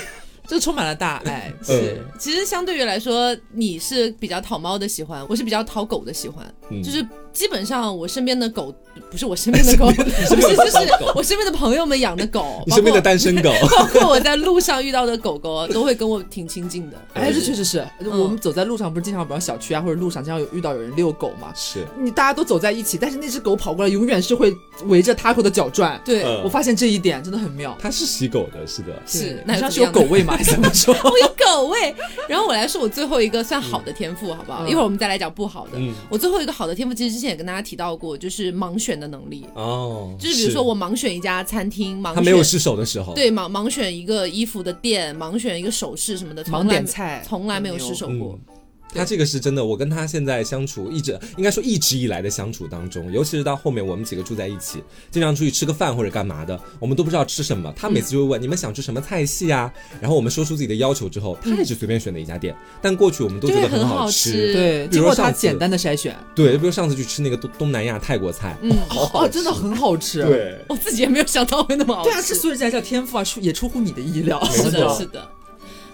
S3: 这充满了大
S2: (laughs)
S3: 爱，
S2: 是
S1: 其实相对于来说，你是比较讨猫的喜欢，我是比较讨狗的喜欢，
S2: 嗯
S1: 就是基本上我身边的狗不是我身边的
S2: (laughs)
S1: 狗，不是
S2: 身边
S1: 就是
S2: 的狗
S1: 我身边的朋友们养的
S2: (laughs)
S1: 狗，
S2: 你身边的
S1: 包括
S2: 单身狗，
S1: 包括我在路上遇到的狗狗都会跟我挺亲近的。
S3: 哎，
S2: 嗯
S3: 这确实是，我们走在路上不是经常，比如小区啊或者路上，经常有遇到有人遛狗嘛，
S2: 是
S3: 你大家都走在一起，但是那只狗跑过来，永远是会围着 Taco 的脚转。
S1: 对，
S2: 嗯
S3: 我发现这一点真的很妙。
S2: 它是洗狗的，是的，
S1: 是那
S3: 那
S1: 又怎么样
S3: 像是有狗
S1: 呢
S3: 味吗？还是怎
S1: (laughs)
S3: 么说？
S1: 我有狗味。然后我来说我最后一个算好的天赋，好不好？
S3: 嗯
S1: 一会儿我们再来讲不好的。
S2: 嗯
S1: 我最后一个好的天赋，其实之前也跟大家提到过，就是盲选的能力。
S2: 哦，
S1: 就是比如说我盲选一家餐厅，盲
S2: 它
S1: 选
S2: 没有失手的时候，，
S1: 对盲盲选一个衣服的店，盲选一个首饰什么的，
S3: 盲
S1: 从来
S3: 点菜
S1: 从来没有失手过
S2: 嗯。。他这个是真的，我跟他现在相处一直应该说一直以来的相处当中，尤其是到后面我们几个住在一起，经常出去吃个饭或者干嘛的，我们都不知道吃什么。他每次就会问、你们想吃什么菜系啊，然后我们说出自己的要求之后，他也是随便选的一家店，但过去我们都觉得
S1: 就会很
S2: 好
S1: 好吃
S3: 对，
S2: 比
S3: 经
S2: 如说
S3: 过
S2: 上
S3: 它
S2: 次
S3: 简单的筛选，
S2: 对，比如上次去吃那个东东南亚泰国菜，
S1: 嗯， (laughs)
S3: 哦，真的很好吃。，
S2: 对，
S1: 我自己也没有想到会那么好吃。
S3: 对啊，之所以这才叫天赋啊，出也出乎你的意料。
S2: 没错
S1: 是的，是的。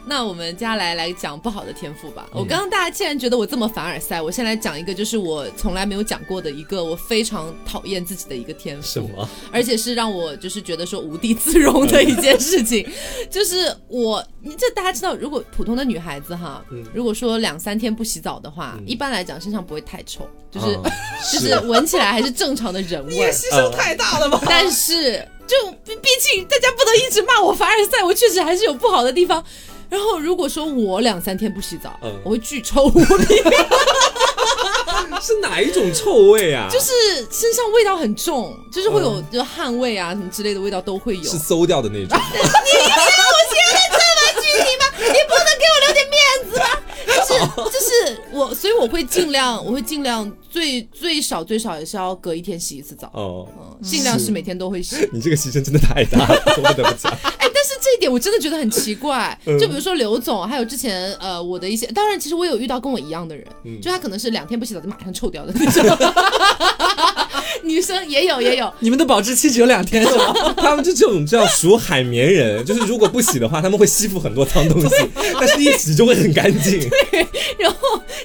S1: 那我们接下来来讲不好的天赋吧。
S2: 嗯
S1: 我刚刚大家既然觉得我这么凡尔赛，我先来讲一个，就是我从来没有讲过的一个我非常讨厌自己的一个天赋。
S2: 什么？
S1: 而且是让我就是觉得说无地自容的一件事情， (laughs) 就是我你这大家知道，如果普通的女孩子哈，
S2: 嗯
S1: 如果说两三天不洗澡的话，
S2: 嗯
S1: 一般来讲身上不会太臭，就是、 (laughs)
S2: 啊 (laughs)
S1: 就是闻起来还是正常的人
S3: 你也
S1: 味。
S3: 牺牲太大了吧？
S1: (laughs) 但是就毕毕竟大家不能一直骂我凡尔赛，我确实还是有不好的地方。然后如果说我两三天不洗澡，
S2: 嗯
S1: 我会巨臭无比，
S2: 是哪一种臭味啊？
S1: 就是身上味道很重，就是会有就汗味啊什么之类的味道都会有。
S2: (laughs) 是馊掉的那种，
S1: 你不能给我留点面子吗？就是就是我，所以我会尽量，我会尽量最最少最少也是要隔一天洗一次澡，
S2: 哦。
S1: 嗯，尽量是每天都会
S2: (laughs)
S1: 洗。
S2: 你这个牺牲真的太大了，我不得不讲。
S1: 哎，但是这一点我真的觉得很奇怪。
S2: 嗯
S1: 就比如说刘总，还有之前呃我的一些，当然其实
S2: 嗯
S1: 我有遇到跟我一样的人，就他可能是两天不洗澡就马上臭掉的那种。 (laughs) 女生也有也有，
S3: (laughs) 你们的保质期只有两天是吧？
S2: (laughs) 他们就这种叫属海绵人，就是如果不洗的话，他们会吸附很多脏东西，但是一洗就会很干净。
S1: 然后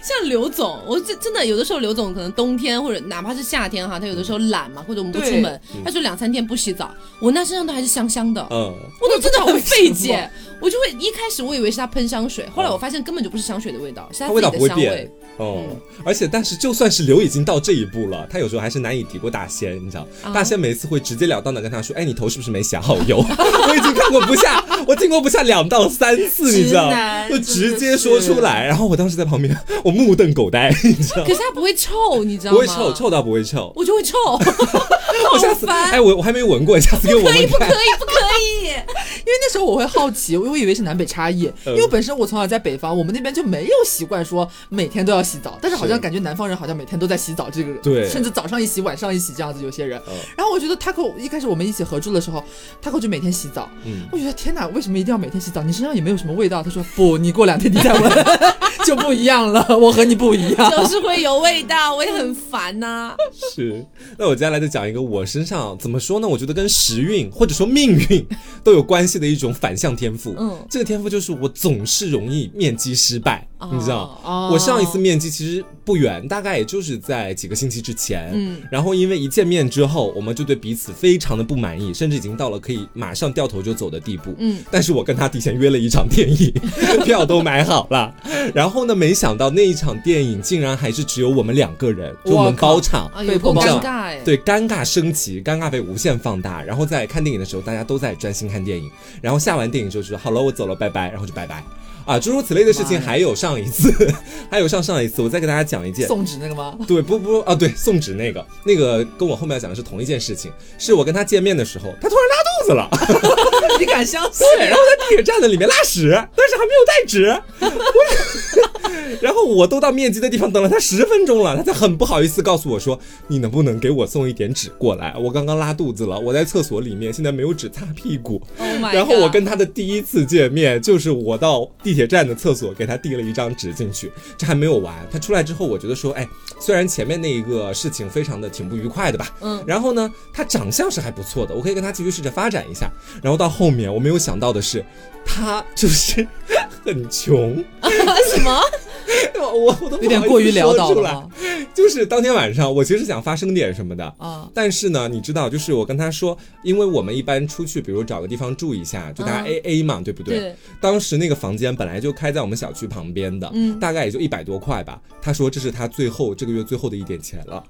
S1: 像刘总，我真真的有的时候刘总可能冬天或者哪怕是夏天哈，他有的时候懒嘛，或者我们不出
S3: 对
S1: 门，他就两三天不洗澡，闻到身上都还是香香的，
S2: 嗯，
S1: 我都真的很费
S3: 我也不知道为
S1: 解。我就会一开始我以为是他喷香水，后来我发现根本就不是香水的味道，是他
S2: 它
S1: 自
S2: 哦味
S1: 己
S2: 道不
S1: 的
S2: 会
S1: 香
S2: 变
S1: 味。。
S2: 哦，而且但是就算是刘已经到这一步了，他有时候还是难以敌过大仙，你知道，
S1: 啊
S2: 大仙每一次会直截了当的跟他说：“哎，你头是不是没洗好 (laughs) 油？”我已经看过不下，我听过不下两到三次，你知道
S3: 直，男
S2: 就
S3: 真的
S2: 直接说出来。然后我当时在旁边，我目瞪口呆， (laughs) 你知道
S1: 可，是他不会臭，你知道
S2: 不
S1: 吗？
S2: 会臭，，臭到不会臭。
S1: 我就会臭，
S2: (laughs) 我
S1: 好
S2: 下次，
S1: 烦。
S2: 哎，我我还没闻过，下次给我闻
S1: 可以
S2: 闻
S1: 不可
S2: 看。
S1: 以不可以？
S3: 因为那时候我会好奇，我以为是南北差异，
S2: 嗯
S3: 因为本身我从小在北方，我们那边就没有习惯说每天都要洗澡，但是好像
S2: 是
S3: 感觉南方人好像每天都在洗澡，这个
S2: 对
S3: 甚至早上一洗，晚上一洗这样子，有些人。
S2: 嗯
S3: 然后我觉得 Taco 一开始我们一起合住的时候，Taco 就每天洗澡，
S2: 嗯
S3: 我觉得天哪，为什么一定要每天洗澡？你身上也没有什么味道。他说不，你过两天你再
S2: (laughs)
S3: 闻就不一样了，我和你不一样。
S1: 就是会有味道，我也很烦呐、
S2: (laughs) 是，那我接下来再讲一个我身上怎么说呢？我觉得跟时运或者说命运都有关系的一种反向天赋。
S1: 嗯
S2: 这个天赋就是我总是容易面基失败，你知道。
S3: 哦
S2: 我上一次面基其实不远，大概也就是在几个星期之前。 (laughs) 嗯，然后因为一见面之后，我们就对彼此非常的不满意，甚至已经到了可以马上掉头就走的地步。嗯，但是我跟他提前约了一场电影， (laughs) 票都买好了。然后呢，没想到那一场电影竟然还是只有我们两个人， (laughs) 就我们
S3: 我靠
S2: 包场。
S1: 啊，有够
S3: 被迫
S1: 尴
S2: 爆
S1: 尬哎。
S2: 对，尴尬升级，尴尬被无限放大。然后在看电影的时候，大家都在专心看电影，然后下完电影之后就说好了，我走了，拜拜，然后就拜拜。啊，诸如此类的事情
S3: 妈呀
S2: 还有上一次，还有上上一次，我再给大家讲一件。
S3: 送纸那
S2: (laughs)
S3: 个吗？
S2: 对，不不啊，对，送纸那个，那个跟我后面要讲的是同一件事情，是我跟他见面的时候，他突然拉肚子了，
S3: 你敢相信？
S2: 对，然后在地铁站的里面拉屎，但是还没有带纸， (laughs) 我 (laughs) 然后我都到面基的地方等了他十分钟了，他才很不好意思告诉我说，你能不能给我送一点纸过来？我刚刚拉肚子了，我在厕所里面，现在没有纸擦屁股。
S1: Oh my god
S2: (laughs) 然后我跟他的第一次见面，就是我到地铁站的厕所给他递了一张纸进去，这还没有完。他出来之后，我觉得说，哎，虽然前面那一个事情非常的挺不愉快的吧，嗯，然后呢，他长相是还不错的，我可以跟他继续试着发展一下。然后到后面，我没有想到的是，他就是 (laughs) 很穷， (laughs)
S1: 什么？
S2: 我我我都不
S3: 有点
S2: 好意思
S3: 过于潦倒
S2: 说出
S3: 了
S2: 来
S3: 吗。
S2: 就是当天晚上，我其实想发生点什么的，
S3: 啊，
S2: 但是呢，你知道，就是我跟他说，因为我们一般出去，比如找个地方住一下，就大家
S1: 嗯
S2: A A 嘛，对不对？
S1: 对
S2: 当时那个房间本来就开在我们小区旁边的，大概也就一百多块吧。他说这是他最后这个月最后的一点钱了。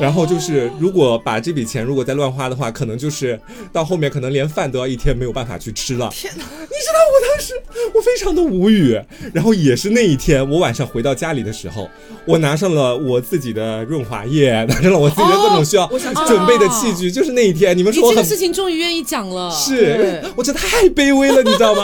S2: 然后就是，如果把这笔钱如果再乱花的话，可能就是到后面可能连饭都要一天没有办法去吃了。天哪！你知道我当时我非常的无语。然后也是那一天，我晚上回到家里的时候，我拿上了我自己的润滑液，拿上了我自己的各种需要
S3: 我想起
S1: 来了
S2: 准备的器具，就是那一天。你们
S1: 你
S2: 说我
S1: 这个
S2: 很
S1: 事情终于愿意讲了，
S2: 是
S3: 啊对，
S2: 我觉得太卑微了，你知道
S3: (laughs)
S2: 吗？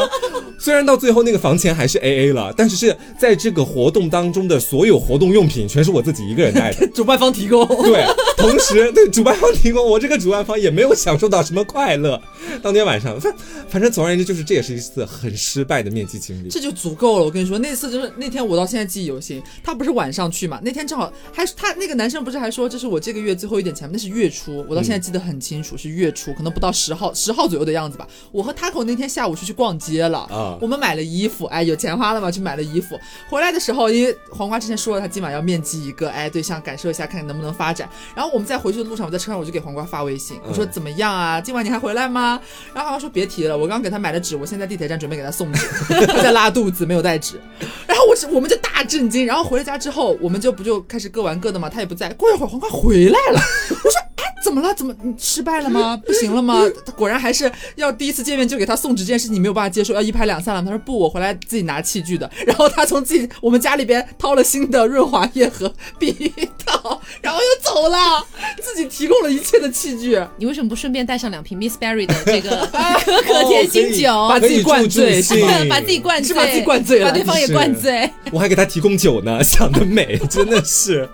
S2: 虽然到最后那个房钱还是 A A 了，但是是在这个活动当中的所有活动用品全是我自己一个人带
S3: (laughs)
S2: 的。
S3: 主办方提供。
S2: 对，同时对主办方提供，我这个主办方也没有享受到什么快乐。当天晚上，反反正总而言之，就是这也是一次很失败的面基经历。
S3: 这就足够了。我跟你说，那次就是那天我到现在记忆犹新。他不是晚上去嘛？那天正好还他那个男生不是还说这是我这个月最后一点钱吗？那是月初，我到现在记得很清楚，是月初，可能不到十号十号左右的样子吧。我和 Taco 那天下午出去逛街了，
S2: 啊
S3: 我们买了衣服，哎，有钱花了嘛，去买了衣服。回来的时候，因为黄瓜之前说了他今晚要面基一个哎对象，感受一下看看能不能发展。然后我们在回去的路上，我在车上我就给黄瓜发微信，我说
S2: 嗯
S3: 怎么样啊？今晚你还回来吗？然后黄瓜说别提了，我刚给他买了纸，我现在地铁站准备给他送纸，他在拉肚子没有带纸。然后我是我们就大震惊，然后回了家之后，我们就不就开始各玩各的嘛，他也不在。过一会儿黄瓜回来了，我说哎怎么了？怎么你失败
S1: (laughs)
S3: 了吗？不行了吗？他果然还是要第一次见面就给他送纸这件事情你没有办法接受，要一拍两散了。他说不，我回来自己拿器具的。 (laughs) 然后他从自己我们家里边掏了新的润滑液和避孕套，然后又走了，自己提供了一切的器具。
S1: 你为什么不顺便带上两瓶 Miss Berry 的这个可可甜心酒，
S2: 哦
S3: 把
S2: 可
S3: 自
S2: 以
S3: 己灌醉
S2: 可以助助兴
S1: 把自己灌
S3: 是
S1: 醉，
S3: 把自己灌醉了
S1: 把对方也
S2: 是
S1: 灌醉。
S2: 我还给他提供酒呢， (laughs) 想得美，真的是。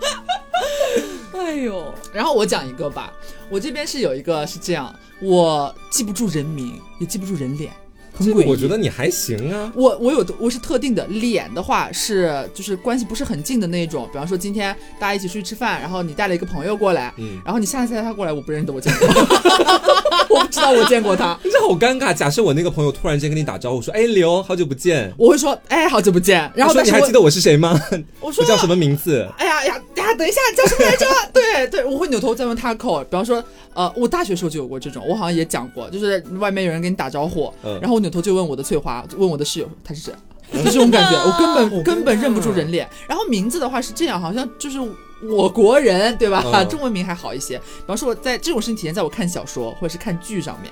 S1: 哎呦，
S3: 然后我讲一个吧，我这边是有一个是这样，我记不住人名，也记不住人脸。很
S2: 这
S3: 诡
S2: 个
S3: 异。
S2: 我觉得你还行啊，
S3: 我我有我是特定的，脸的话是就是关系不是很近的那种，比方说今天大家一起出去吃饭，然后你带了一个朋友过来，
S2: 嗯
S3: 然后你下次带他过来，我不认得我见过， (laughs) 我不知道我见过他，
S2: 这好尴尬。假设我那个朋友突然间跟你打招呼说：“哎，刘，好久不见。
S3: 我会说哎好久不见，”然
S2: 我说
S3: 后但
S2: 你
S3: 是
S2: 还记
S3: 我
S2: 得我是谁吗？
S3: 我说
S2: 我叫什么名字？
S3: 哎呀呀呀，等一下叫什么来着？对对，我会扭头再问他口，比方说呃我大学时候就有过这种，我好像也讲过，就是外面有人跟你打招呼，
S2: 嗯
S3: 然后我扭头就问我的翠花，问我的室友她是谁。就这种感觉，我根本根本认不出人脸。然后名字的话是这样，好像就是我国人对吧？
S2: 嗯
S3: (laughs) 中文名还好一些。比方说，我在这种事情体现在我看小说或者是看剧上面，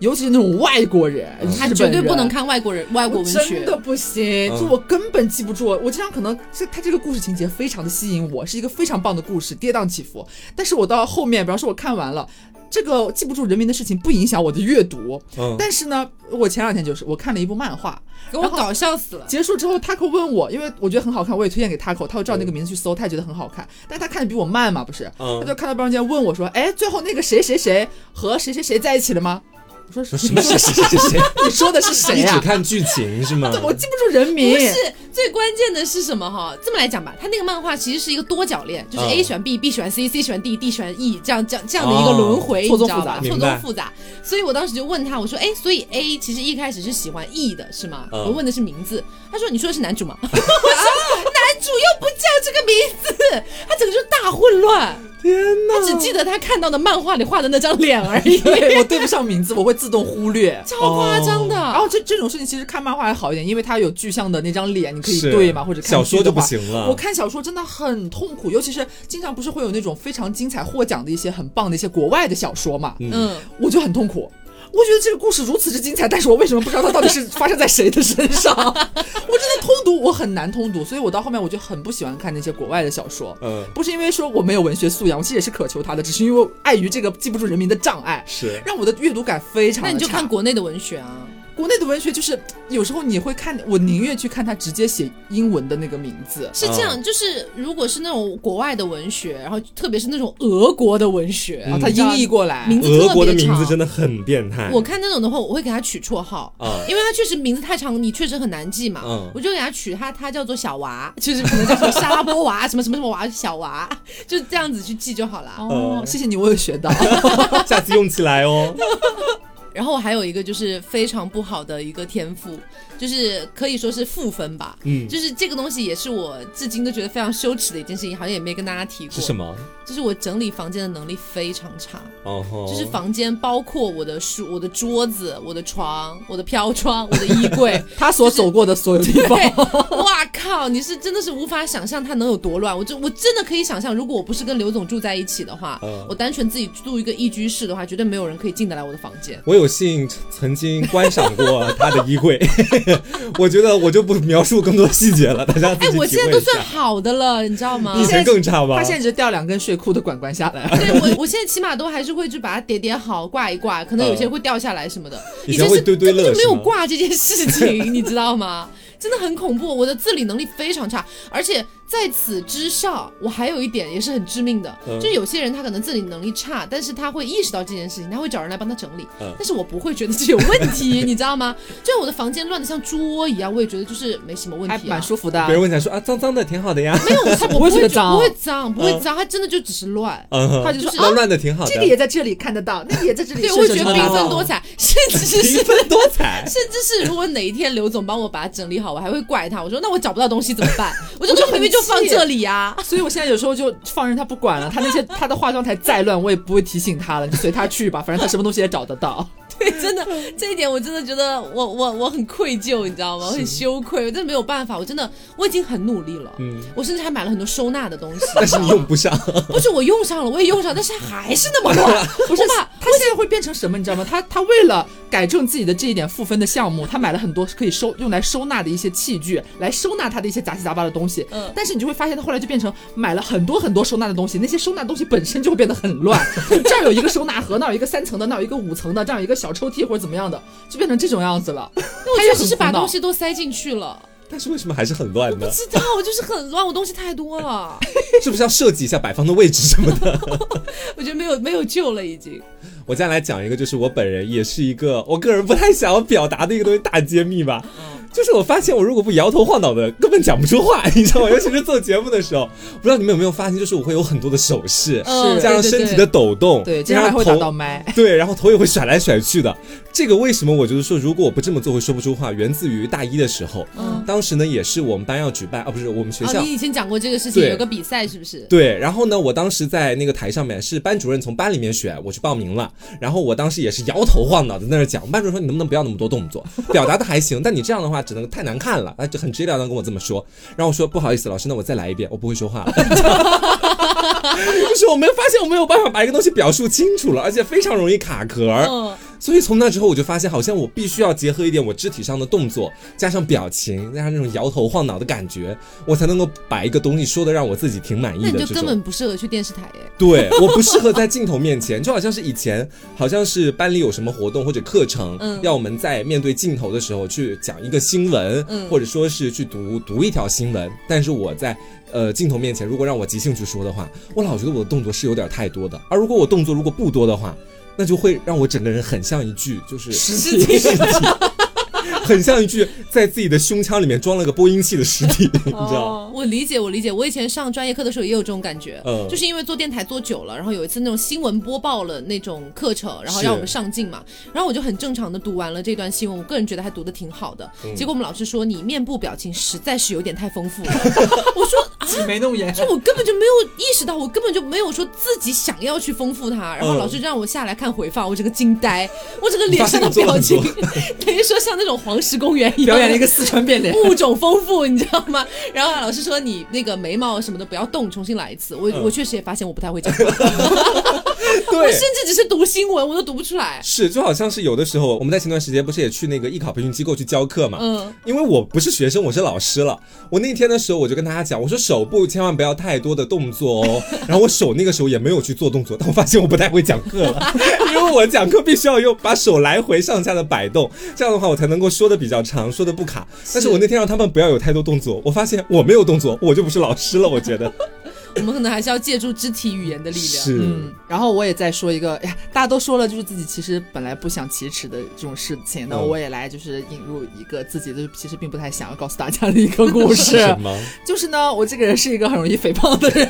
S3: 尤其是那种外国人，
S2: 嗯
S1: 他
S3: 日本
S1: 绝对不能
S3: 人
S1: 看外国人外国
S3: 我
S1: 文
S3: 真
S1: 学
S3: 的。不行，
S2: 嗯
S3: 就我根本记不住。我经常可能是他这个故事情节非常的吸引我，是一个非常棒的故事，跌宕起伏。但是我到后面，比方说我看完了。这个记不住人名的事情不影响我的阅读，
S2: 嗯，
S3: 但是呢，我前两天就是我看了一部漫画，
S1: 给我搞笑死了。
S3: 结束之后，Taco 问我，因为我觉得很好看，我也推荐给 Taco，他会照那个名字去搜，他也觉得很好看，但他看的比我慢嘛，不是？
S2: 嗯
S3: 他就看到标间问我说，哎，最后那个谁谁谁和谁谁谁在一起了吗？我
S2: (laughs)
S3: 说
S2: 什么谁？谁谁谁？
S3: 你说的是谁
S2: (laughs) 你
S3: 呀、
S2: 只看剧情是吗？
S3: 我记不住人名，
S1: 不是最关键的是什么哈？这么来讲吧，他那个漫画其实是一个多角恋，就是
S2: 嗯
S1: A 选 B，B 选 C，C 选 D，D 选 E，这样这样这样的一个轮回，
S3: 哦
S1: 你知道吧？错
S2: 错综复杂明白
S1: 综复杂。所以我当时就问他，我说，哎，所以 A 其实一开始是喜欢 E 的是吗？
S2: 嗯
S1: 我问的是名字，他说你说的是男主吗？ (laughs) 我说男主又不叫这个名字，他整个就大混乱，
S2: 天
S1: 他
S2: 哪！
S1: 只记得他看到的漫画里画的那张脸而
S2: (laughs)
S1: 已，
S3: (laughs) 对我对不上名字，我会自动忽略。
S1: 超夸张的。
S2: 哦
S3: 然后这这种事情其实看漫画还好一点，因为它有具象的那张脸，你可以
S2: 是
S3: 对嘛，或者看
S2: 小
S3: 剧
S2: 说
S3: 的
S2: 就不
S3: 话
S2: 行了。
S3: 我看小说真的很痛苦，尤其是经常不是会有那种非常精彩获奖的一些很棒的一些国外的小说嘛，
S1: 嗯，
S3: 我就很痛苦。我觉得这个故事如此之精彩，但是我为什么不知道它到底是发生在谁的
S1: (laughs)
S3: 身上？我真的通读，我很难通读，所以我到后面我就很不喜欢看那些国外的小说。
S2: 嗯，
S3: 不是因为说我没有文学素养，我其实也是渴求它的，只是因为碍于这个记不住人名的障碍，
S2: 是
S3: 让我的阅读感非常
S1: 那
S3: 地
S1: 你就
S3: 差
S1: 看国内的文学啊。
S3: 国内的文学就是有时候你会看，我宁愿去看他直接写英文的那个名字。
S1: 是这
S2: 嗯
S1: 样，就是如果是那种国外的文学，然后特别是那种俄国的文学，
S2: 嗯
S3: 然后他啊音译过来，
S1: 名字
S2: 俄国的
S1: 特别
S2: 名
S1: 长
S2: 字真的很变态。
S1: 我看那种的话，我会给他取绰号。
S2: 啊，
S1: 因为他确实名字太长，你确实很难记嘛，
S2: 嗯
S1: 我就给他取他，他叫做小
S2: (laughs)
S1: 娃，就是可能叫什么沙拉波娃， (laughs) 什么什么什么娃，小娃，就这样子去记就好了。
S3: 哦，谢谢你，我有学到。 (laughs)
S2: 下次用起来哦。
S1: 然后我还有一个就是非常不好的一个天赋，就是可以说是负分吧，
S2: 嗯，
S1: 就是这个东西也是我至今都觉得非常羞耻的一件事情，好像也没跟大家提过。
S2: 是什么？
S1: 就是我整理房间的能力非常差。
S2: 哦吼，
S1: 就是房间包括我的书、我的桌子、我的床、我的飘窗、我的衣
S2: (laughs)
S1: 柜。
S3: 他所走过的所有地
S1: (laughs)
S3: 方，
S1: 对，哇靠！你是真的是无法想象它能有多乱。我就我真的可以想象，如果我不是跟刘总住在一起的话，
S2: 嗯
S1: 我单纯自己住一个一居室的话，绝对没有人可以进得来我的房间。
S2: 我有幸曾经观赏过他的衣柜，我觉得我就不描述更多细节了，大家
S1: 哎
S2: 自己，体
S1: 我
S2: 会一
S1: 现
S2: 下。
S1: 在都算好的了，你知道吗
S2: 你？以前更差吧？
S3: 他现在只是掉两根睡裤的管管下来。
S1: (laughs) 对我，我现在起码都还是会去把它叠叠好，挂一挂，可能有些会掉下来什么的。
S2: 嗯以前
S1: 前
S2: 会
S1: 是
S2: 堆堆
S1: 根本
S2: 乐
S1: 就没有
S2: 是吗
S1: 挂这件事情， (laughs) 你知道吗？真的很恐怖，我的自理能力非常差，而且在此之上，我还有一点也是很致命的，
S2: 嗯
S1: 就是有些人他可能自理能力差，但是他会意识到这件事情，他会找人来帮他整理，
S2: 嗯
S1: 但是我不会觉得这有问题， (laughs) 你知道吗？就我的房间乱的像猪窝一样，我也觉得就是没什么问
S3: 还
S1: 题、啊，
S3: 蛮舒服的啊
S2: 别，人问起来说啊，脏脏的挺好的呀，
S1: 没有，他
S3: 不会觉得脏
S1: 不会脏，不会
S2: 嗯
S1: 脏，他真的就只是乱。
S2: 嗯哼，
S3: 他就说啊
S2: 乱乱的挺好的，
S3: 这个也在这里看得到，那个也在这里。
S1: 对，我会觉
S3: 是
S1: 得
S3: 手
S1: 缤
S3: 机拿到
S1: 纷多彩，甚至
S2: (laughs)
S1: 是
S2: 缤纷多彩。
S1: 甚至是如果哪一天刘总帮我把它整理好，我还会怪他，我说那我找不到东西怎么办？我就说明明就放这里啊
S2: (laughs)
S1: 呀、
S3: 所以我现在有时候就放任他不管了，他那些他的化妆台再乱，我也不会提醒他了，你就随他去吧，反正他什么东西也找得到。
S1: 对，真的这一点我真的觉得我我我很愧疚，你知道吗？我很羞愧，我真的没有办法，我真的我已经很努力了，
S2: 嗯
S1: 我甚至还买了很多收纳的东西，
S2: (laughs) 但是你用不上，
S1: (laughs) 不是我用上了，我也用上，但是还是那么
S2: (laughs)
S1: 乱，
S3: 不是
S1: 我把
S3: 他现在会变成什么，你知道吗？他他为了改正自己的这一点负分的项目，他买了很多可以收用来收纳的一些器具，来收纳他的一些杂七杂八的东西。
S1: 嗯
S3: 但是你就会发现，他后来就变成买了很多很多收纳的东西，那些收纳的东西本身就会变得很乱。 (laughs) 这儿有一个收纳盒，那儿有一个三层的，那儿有一个五层的，这儿有一个小抽屉或者怎么样的，就变成这种样子了。
S1: 我
S3: 他也
S1: 确
S3: 很
S1: 实是把
S3: 苦恼
S2: (laughs)
S1: 东西都塞进去了。
S2: 但是为什么还是很乱
S1: 不
S2: 呢？
S1: 知道，我就是很乱，我东西太多了，
S2: 是不是要设计一下摆放的位置什么的？
S1: (laughs) 我觉得没有没有救了已经。
S2: 我再来讲一个，就是我本人也是一个我个人不太想要表达的一个东西，大揭秘吧。
S1: 嗯
S2: 就是我发现我如果不摇头晃脑的，根本讲不出话，你
S1: (laughs)
S2: 知道吗？尤其是做节目的时候，不知道你们有没有发现，就是我会有很多的手势，
S1: 嗯
S2: 加上
S1: 对对
S2: 身
S1: 对
S2: 体的抖动，
S3: 对，经
S2: 加
S3: 常还
S2: 上
S3: 会打到
S2: 头，
S3: 麦。
S2: (laughs) 对，然后头也会甩来甩去的。这个为什么我就是说，如果我不这么做会说不出话，源自于大一的时候，
S1: 嗯，
S2: 当时呢也是我们班要举办啊，不是我们学校
S1: 哦，你以前讲过这个事情，
S2: 对
S1: 有个比赛是不是？
S2: 对，然后呢，我当时在那个台上面是班主任从班里面选，我去报名了。然后我当时也是摇头晃脑的在那儿讲，班主任说你能不能不要那么多动作，表达的还行，但你这样的话只能太难看了。他就很直截了当跟我这么说，然后我说不好意思，老师，那我再来一遍，我不会说话了。 (laughs) 就是我没有发现我没有办法把一个东西表述清楚了，而且非常容易卡壳儿。
S1: 嗯，
S2: 所以从那之后，我就发现好像我必须要结合一点我肢体上的动作，加上表情，加上那种摇头晃脑的感觉，我才能够把一个东西说的让我自己挺满意
S1: 那
S2: 的
S1: 你就
S2: 这种。
S1: 根本不适合去电视台耶。
S2: (laughs) 对我不适合在镜头面前，就好像是以前好像是班里有什么活动或者课程，
S1: 嗯
S2: 要我们在面对镜头的时候去讲一个新闻，
S1: 嗯
S2: 或者说是去读读一条新闻，但是我在。呃，镜头面前，如果让我即兴去说的话，我老觉得我的动作是有点太多的。而如果我动作如果不多的话，那就会让我整个人很像一具
S1: (laughs)
S2: 就是
S3: 尸体，
S2: (laughs) 很像一具在自己的胸腔里面装了个播音器的尸体，你知道？
S1: 哦，我理解，我理解。我以前上专业课的时候也有这种感觉，
S2: 嗯
S1: 就是因为做电台做久了，然后有一次那种新闻播报了那种课程，然后
S2: 是
S1: 让我们上镜嘛，然后我就很正常的读完了这段新闻，我个人觉得还读的挺好的。
S2: 嗯
S1: 结果我们老师说你面部表情实在是有点太丰富了， (laughs) 我说啊。
S3: 挤眉弄眼
S1: 就我根本就没有意识到，我根本就没有说自己想要去丰富它。然后
S2: 嗯
S1: 老师让我下来看回放，我整个惊呆，我整个脸上的
S2: 你发现你做了
S1: 表
S2: 很
S1: 情
S2: 多，
S1: (laughs) 等于说像那种黄石公园一样，
S3: 表演了一个四川变脸。
S1: 物种丰富，你知道吗？然后老师说你那个眉毛什么的不要动，重新来一次。我、我确实也发现我不太会讲话，我
S2: 对，
S1: 甚至只是读新闻我都读不出来。
S2: 是，就好像是有的时候，我们在前段时间不是也去那个艺考培训机构去教课嘛？
S1: 嗯，
S2: 因为我不是学生，我是老师了。我那天的时候，我就跟大家讲，我说手部千万不要太多的动作
S3: (laughs)
S2: 哦。然后我手那个时候也没有去做动作，但我发现我不太会讲课
S3: (laughs)
S2: 了，因为我讲课必须要用把手来回上下的摆动，这样的话我才能够说的比较长，说的不卡。但是我那天让他们不要有太多动作，我发现我没有动作，我就不是老师了。我觉得
S1: 我们可能还是要借助肢体语言的力量。
S2: 是，
S3: 嗯，然后我也再说一个，哎呀，大家都说了，就是自己其实本来不想启齿的这种事情，那
S2: 嗯
S3: 我也来就是引入一个自己就是其实并不太想要告诉大家的一个故事，
S2: (laughs) 什么？
S3: 就是呢，我这个人是一个很容易肥胖的人，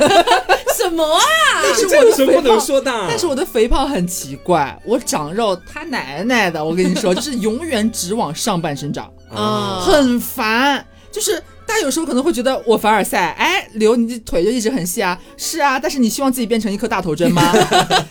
S1: 什么啊？
S3: 但是
S2: 这
S3: 我
S2: 有
S3: 的
S2: 什么
S3: 肥
S2: 不能
S3: 胖。
S2: 说的啊？
S3: 但是我的肥胖很奇怪，我长肉，他奶奶的！我跟你说，就是永远只往上半身长，
S2: 嗯
S1: 啊
S3: 很烦。就是大家有时候可能会觉得我凡尔赛，哎，刘你这腿就一直很细啊，是啊，但是你希望自己变成一颗大头针吗？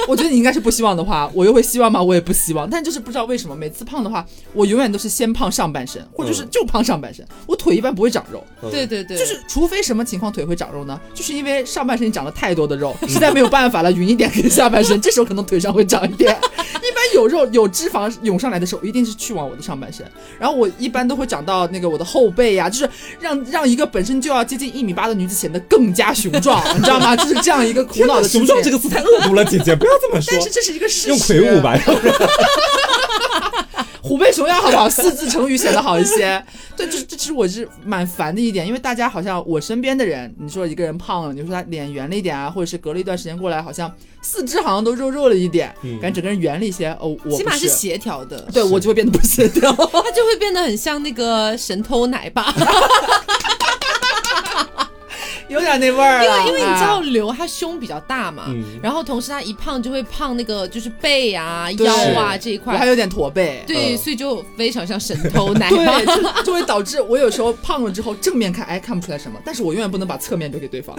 S3: 我觉得你应该是不希望的话，我又会希望吗？我也不希望，但就是不知道为什么每次胖的话，我永远都是先胖上半身，或者就是
S2: 嗯
S3: 就胖上半身，我腿一般不会长肉。
S2: 嗯
S1: 对对对，
S3: 就是除非什么情况腿会长肉呢？就是因为上半身长了太多的肉， (laughs) 实在没有办法了，匀一点给下半身，这时候可能腿上会长一点。 (laughs) 一般有肉有脂肪涌上来的时候，一定是去往我的上半身，然后我一般都会长到那个我的后背呀、就是让让一个本身就要接近一米八的女子显得更加雄壮，你知道吗？就是这样一个苦
S2: 天
S3: 恼
S2: 哪，
S3: 的
S2: 雄壮
S3: 事
S2: 这
S3: 情。
S2: 个词太恶毒了，姐姐不要这么说
S3: 但。是这是一个啊事
S2: (laughs)
S3: 实，
S2: 用魁梧吧，要不然
S3: 虎背熊腰好不好？四字成语显得好一些。 (laughs) 对，这这是我是蛮烦的一点，因为大家好像我身边的人，你说一个人胖了，你说他脸圆了一点啊，或者是隔了一段时间过来，好像四肢好像都肉肉了一点，
S2: 嗯
S3: 感觉整个人圆了一些。哦，我
S1: 起码
S3: 不
S1: 是
S3: 是
S1: 协调的，
S3: 对我就会变得不协调。 (laughs)
S1: 它就会变得很像那个神偷奶爸，
S3: 有点那味儿
S1: 因
S3: 了。
S1: 为因为你知道
S3: 啊，
S1: 刘他胸比较大嘛，
S2: (laughs) 嗯
S1: 然后同时他一胖就会胖那个就是背啊、
S3: 对
S1: 腰啊这一
S3: 我还
S1: 块，
S3: 有点驼背。
S1: 对，
S2: 嗯
S1: 所以就非常像神偷
S3: (laughs)
S1: 奶爸。
S3: 对，就就会导致我有时候胖了之后，正面看哎看不出来什么，但是我永远不能把侧面留给对方，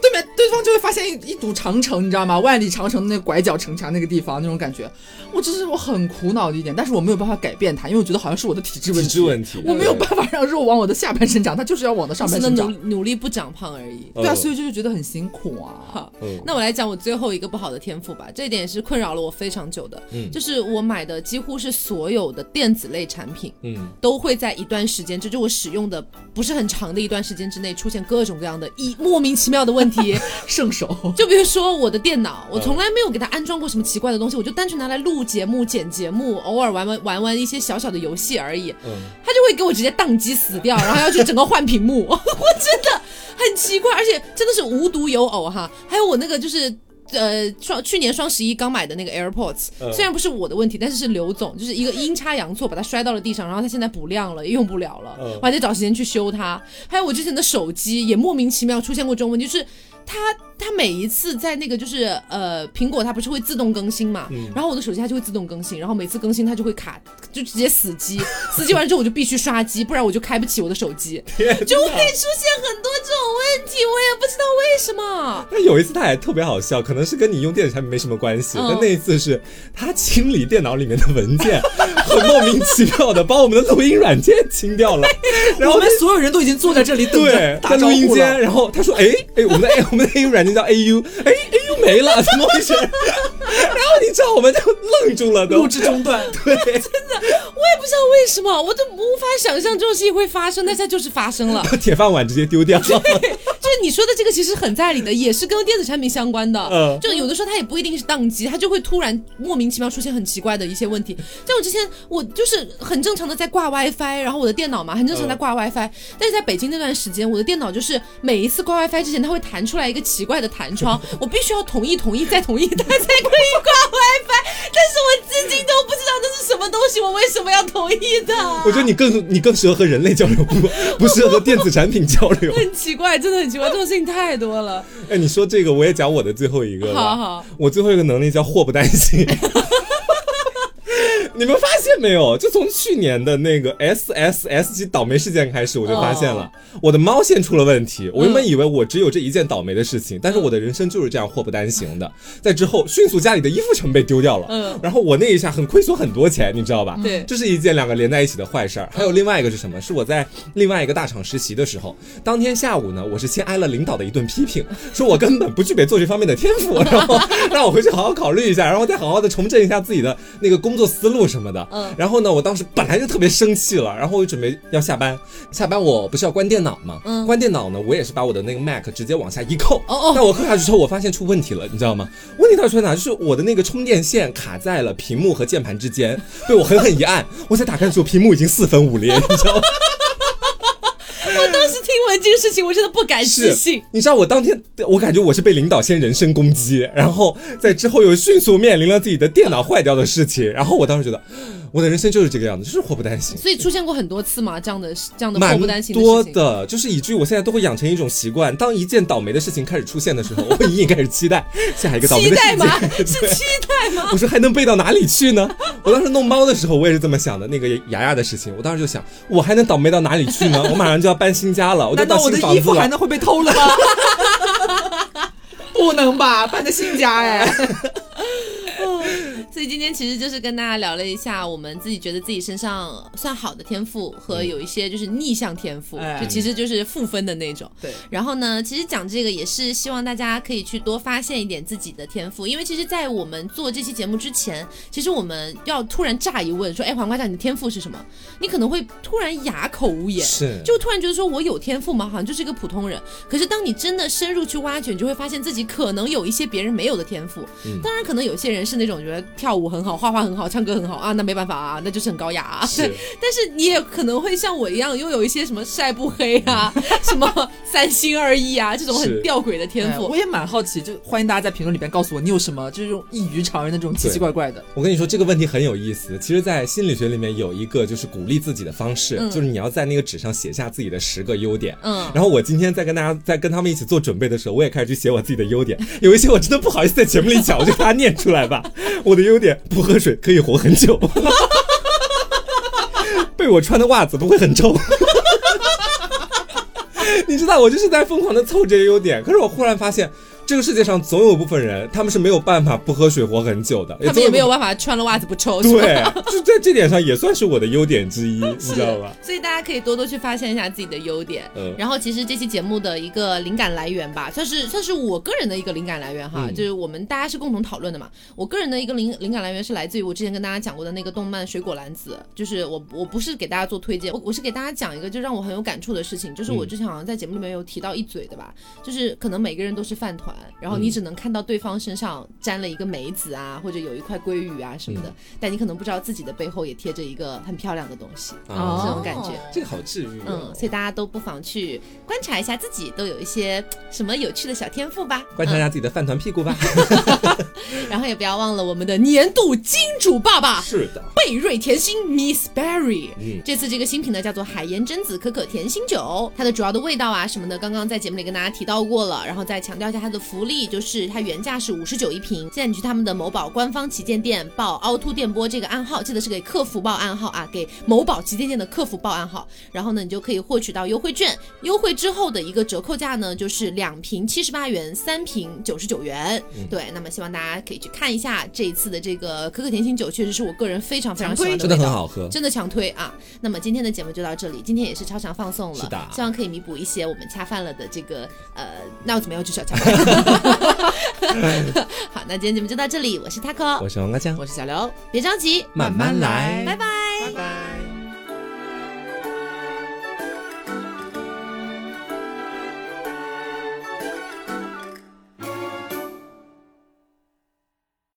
S3: 对面对方就会发现一一堵长城，你知道吗？万里长城的那拐角城墙那个地方那种感觉，我这是我很苦恼的一点，但是我没有办法改变它，因为我觉得好像是我的体质问
S2: 体
S3: 题，
S2: 质问题，
S3: 我没有办法让肉往我的下半身长，它就是要往我的上
S1: 只
S3: 半
S1: 能
S3: 身
S1: 努
S3: 长。
S1: 努力不长胖而而已。
S3: 对啊，所以就是觉得很辛苦啊。 (laughs)
S1: 好，
S2: 嗯
S1: 那我来讲我最后一个不好的天赋吧，这一点也是困扰了我非常久的，
S2: 嗯
S1: 就是我买的几乎是所有的电子类产品。
S2: 嗯
S1: 都会在一段时间，这就我使用的不是很长的一段时间之内，出现各种各样的一莫名其妙的问
S3: (laughs)
S1: 题。
S3: 圣手，
S1: 就比如说我的电脑，我从来没有给它安装过什么奇怪的东西，我就单纯拿来录节目、剪节目，偶尔玩玩玩玩一些小小的游戏而已。
S2: 嗯，
S1: 它就会给我直接宕机死掉，然后要去整个换屏幕，我 (laughs) 真的很奇怪，而且真的是无独有偶哈，还有我那个就是。呃，双去年双十一刚买的那个 AirPods，、
S2: 嗯
S1: 虽然不是我的问题，但是是刘总，就是一个阴差阳错把它摔到了地上，然后它现在不亮了，也用不了了，
S2: 嗯
S1: 我还得找时间去修它。还有我之前的手机也莫名其妙出现过这种问题，就是它它每一次在那个就是呃苹果它不是会自动更新嘛，然后我的手机它就会自动更新，然后每次更新它就会卡，就直接死机， (laughs) 死机完之后我就必须刷机，不然我就开不起我的手机，就会出现很多这种问题，我也不知道为什么。
S2: 那有一次他还特别好笑，可能是跟你用电子产品没什么关系，
S1: 嗯
S2: 但那一次是他清理电脑里面的文件， (laughs) 很莫名其妙的把我们的录音软件清掉
S3: (laughs)
S2: 了，然
S3: 我
S2: 后
S3: 们。所有人都已经坐在这里等着
S2: 对，
S3: 打
S2: 在
S3: 招
S2: 录音
S3: 呼了
S2: 间，。然后他说：“哎哎，我们的哎，我们的 A U 软件叫 A U，哎 A U 没了，怎么回事？” (laughs) 然后你知道我们就愣住了，都
S3: 录制中断，
S2: (laughs)
S1: 我
S2: 对，
S1: 也不知道为什么，我都无法想象这种事情会发生，但是它就是发生了。
S2: 把铁饭碗直接丢掉了。
S1: 啊就是你说的这个其实很在理的，也是跟电子产品相关的。
S2: 嗯
S1: 就有的时候它也不一定是宕机，它就会突然莫名其妙出现很奇怪的一些问题。像我之前我就是很正常的在
S2: 嗯
S1: 挂 WiFi，然后我的电脑嘛很正常在挂 WiFi，、但是在北京那段时间，我的电脑就是每一次挂 WiFi 之前，它会弹出来一个奇怪的弹窗，我必须要同意同意再同意，它才可以挂 WiFi。但是我至今都不知道那是什么东西，我为什么要同意的？
S2: (laughs) 我觉得你更你更适合和人类交流，不不适合和电子产品交
S1: (laughs)
S2: 流。
S1: 很奇怪，真的很奇怪，这种事情太多了。
S2: 哎，你说这个，我也讲我的最后一个吧。
S1: 好好
S2: 我最后一个能力叫祸不单行。 (laughs) 你们发现没有？就从去年的那个 S S S 级倒霉事件开始，我就发现
S1: 哦
S2: 了、我的猫线出了问题。我原
S1: 嗯
S2: 本以为我只有这一件倒霉的事情，但是我的人生就是这样祸不单行的。在之后，迅速家里的衣服全被丢掉了。
S1: 嗯
S2: 然后我那一下很亏损很多钱，你知道吧？
S1: 对
S2: 这是一件两个连在一起的坏事儿。还有另外一个是什么？是我在另外一个大厂实习的时候，当天下午呢，我是先挨了领导的一顿批评，说我根本不具备做这方面的天
S1: (laughs)
S2: 赋，然后让我回去好好考虑一下，然后再好好的重振一下自己的那个工作思路什么的。
S1: 嗯
S2: 然后呢，我当时本来就特别生气了，然后我就准备要下班，下班我不是要关电脑嘛，
S1: 嗯
S2: 关电脑呢，我也是把我的那个 Mac 直接往下一扣，
S1: 哦哦
S2: 但我扣下去之后，我发现出问题了，你知道吗？问题到底出在哪？就是我的那个充电线卡在了屏幕和键盘之间，被我狠狠一按，我才打开的时候，屏幕已经四分五裂，你知道
S1: (laughs)
S2: 吗？
S1: 我当时听闻这个事情，我真的不敢置
S2: 是
S1: 信。，
S2: 你知道我当天，我感觉我是被领导先人身攻击，然后在之后又迅速面临了自己的电脑坏掉的事情，然后我当时觉得，我的人生就是这个样子，就是祸不单行。
S1: 所以出现过很多次嘛，这样的这样的
S2: 蛮
S1: 祸不单行
S2: 多
S1: 事情。
S2: 的，就是以至于我现在都会养成一种习惯，当一件倒霉的事情开始出现的时候，我 (laughs) 会隐隐开始期待下一个倒霉
S1: 期
S2: 的
S1: 待
S2: 事
S1: 吗？(laughs)
S2: 情。
S1: 是期待吗？
S2: (laughs) 我说还能背到哪里去呢？我当时弄猫的时候，我也是这么想的。那个雅雅的事情，我当时就想，我还能倒霉到哪里
S1: (laughs)
S2: 去呢？我马上就要搬新家了，我就
S3: 难
S2: 到
S3: 道我
S2: 新
S3: 的
S2: 房
S3: 衣
S2: 子
S3: 服还
S2: 了。
S3: 能会被偷了吗？
S2: (laughs)
S3: 不能吧，搬的新家哎，
S1: 所以今天其实就是跟大家聊了一下，我们自己觉得自己身上算好的天赋和有一些就是逆向天赋，
S3: 哎
S1: 就其实就是负分的那种。
S3: 对，
S1: 然后呢，其实讲这个也是希望大家可以去多发现一点自己的天赋，因为其实，在我们做这期节目之前，其实我们要突然乍一问说，哎，黄瓜酱，你的天赋是什么？你可能会突然哑口无言，
S2: 是，
S1: 就突然觉得说我有天赋吗？好像就是一个普通人。可是当你真的深入去挖掘，你就会发现自己可能有一些别人没有的天赋。
S2: 嗯
S1: 当然，可能有些人是那种觉得跳舞很好、画画很好、唱歌很好啊，那没办法啊，那就是很高雅啊。
S2: 是
S1: 对， (laughs) 但是你也可能会像我一样，拥有一些什么晒不黑
S2: (laughs)
S1: 啊、什么三心二意啊这种
S2: 是哎
S1: 很吊诡的 (laughs) 天赋
S3: 哎我。也蛮好奇，就欢迎大家在评论里边告诉我，你有什么就是这种异于常人的这种奇奇怪怪的。
S2: 我跟你说这个问题很有意思。其实，在心理学里面有一个就是鼓励自己的方式，就是你要在那个纸上写下自己的十个优点。
S1: 嗯
S2: 然后我今天在跟大家在跟他们一起做准备的时候，我也开始去写我自己的优点。有一些我真的不好意思在节目里讲，我就给大家念出来吧。我的优点：不喝水可以活很久， (laughs) 被我穿的袜子不会很臭。 (laughs) 你知道我就是在疯狂的凑这些优点，可是我忽然发现。这个世界上总有部分人，他们是没有办法不喝水活很久的，
S1: 他们
S2: 总
S1: 也没有办法穿了袜子不抽，是吧
S2: 对，就在这点上也算是我的优点之一，你知道吧？
S1: 所以大家可以多多去发现一下自己的优点。
S2: 嗯
S1: 然后，其实这期节目的一个灵感来源吧，算是算是我个人的一个灵感来源哈，
S2: 嗯
S1: 就是我们大家是共同讨论的嘛。我个人的一个灵灵感来源是来自于我之前跟大家讲过的那个动漫《水果篮子》，就是我我不是给大家做推荐，我我是给大家讲一个就让我很有感触的事情，就是我
S2: 嗯
S1: 之前好像在节目里面有提到一嘴的吧，就是可能每个人都是饭团，然后你
S2: 嗯
S1: 只能看到对方身上沾了一个梅子啊，或者有一块鲑鱼啊什么的，
S2: 嗯
S1: 但你可能不知道自己的背后也贴着一个很漂亮的东西。
S2: 啊，
S1: 这种感觉
S2: 这个好治愈、哦
S1: 哦嗯，。所以大家都不妨去观察一下自己都有一些什么有趣的小天赋吧，
S2: 观察一下自己的饭团屁股吧。
S1: 嗯然后也不要忘了我们的年度金主爸爸
S2: 是的，
S1: 贝瑞甜心 Miss Berry。
S2: 嗯，
S1: 这次这个新品呢叫做海盐榛子可可甜心酒，它的主要的味道啊什么的，刚刚在节目里跟大家提到过了。然后再强调一下它的福利，就是它原价是五十九一瓶，现在你去他们的某宝官方旗舰店报凹凸电波这个暗号，记得是给客服报暗号啊，给某宝旗舰店的客服报暗号。然后呢，你就可以获取到优惠券，优惠之后的一个折扣价呢就是两瓶七十八元，三瓶九十九元。
S2: 嗯
S1: 对，那么希望大家可以去看一下这一次的这个可可甜心酒，确实是我个人非常非常喜欢的
S2: 真
S1: 味
S2: 的
S1: 道
S2: 很。好喝。
S1: 真的强推啊！那么今天的节目就到这里，今天也是超常放送了，
S2: 是的
S1: 希望可以弥补一些我们恰饭了的这个呃，那我怎么又去
S2: (laughs)
S1: 小恰饭？好，那今天节目就到这里，我是 taco，
S2: 我是王阿江，
S3: 我是小刘，
S1: 别着急，
S2: 慢慢来
S1: 拜拜。
S3: 拜拜。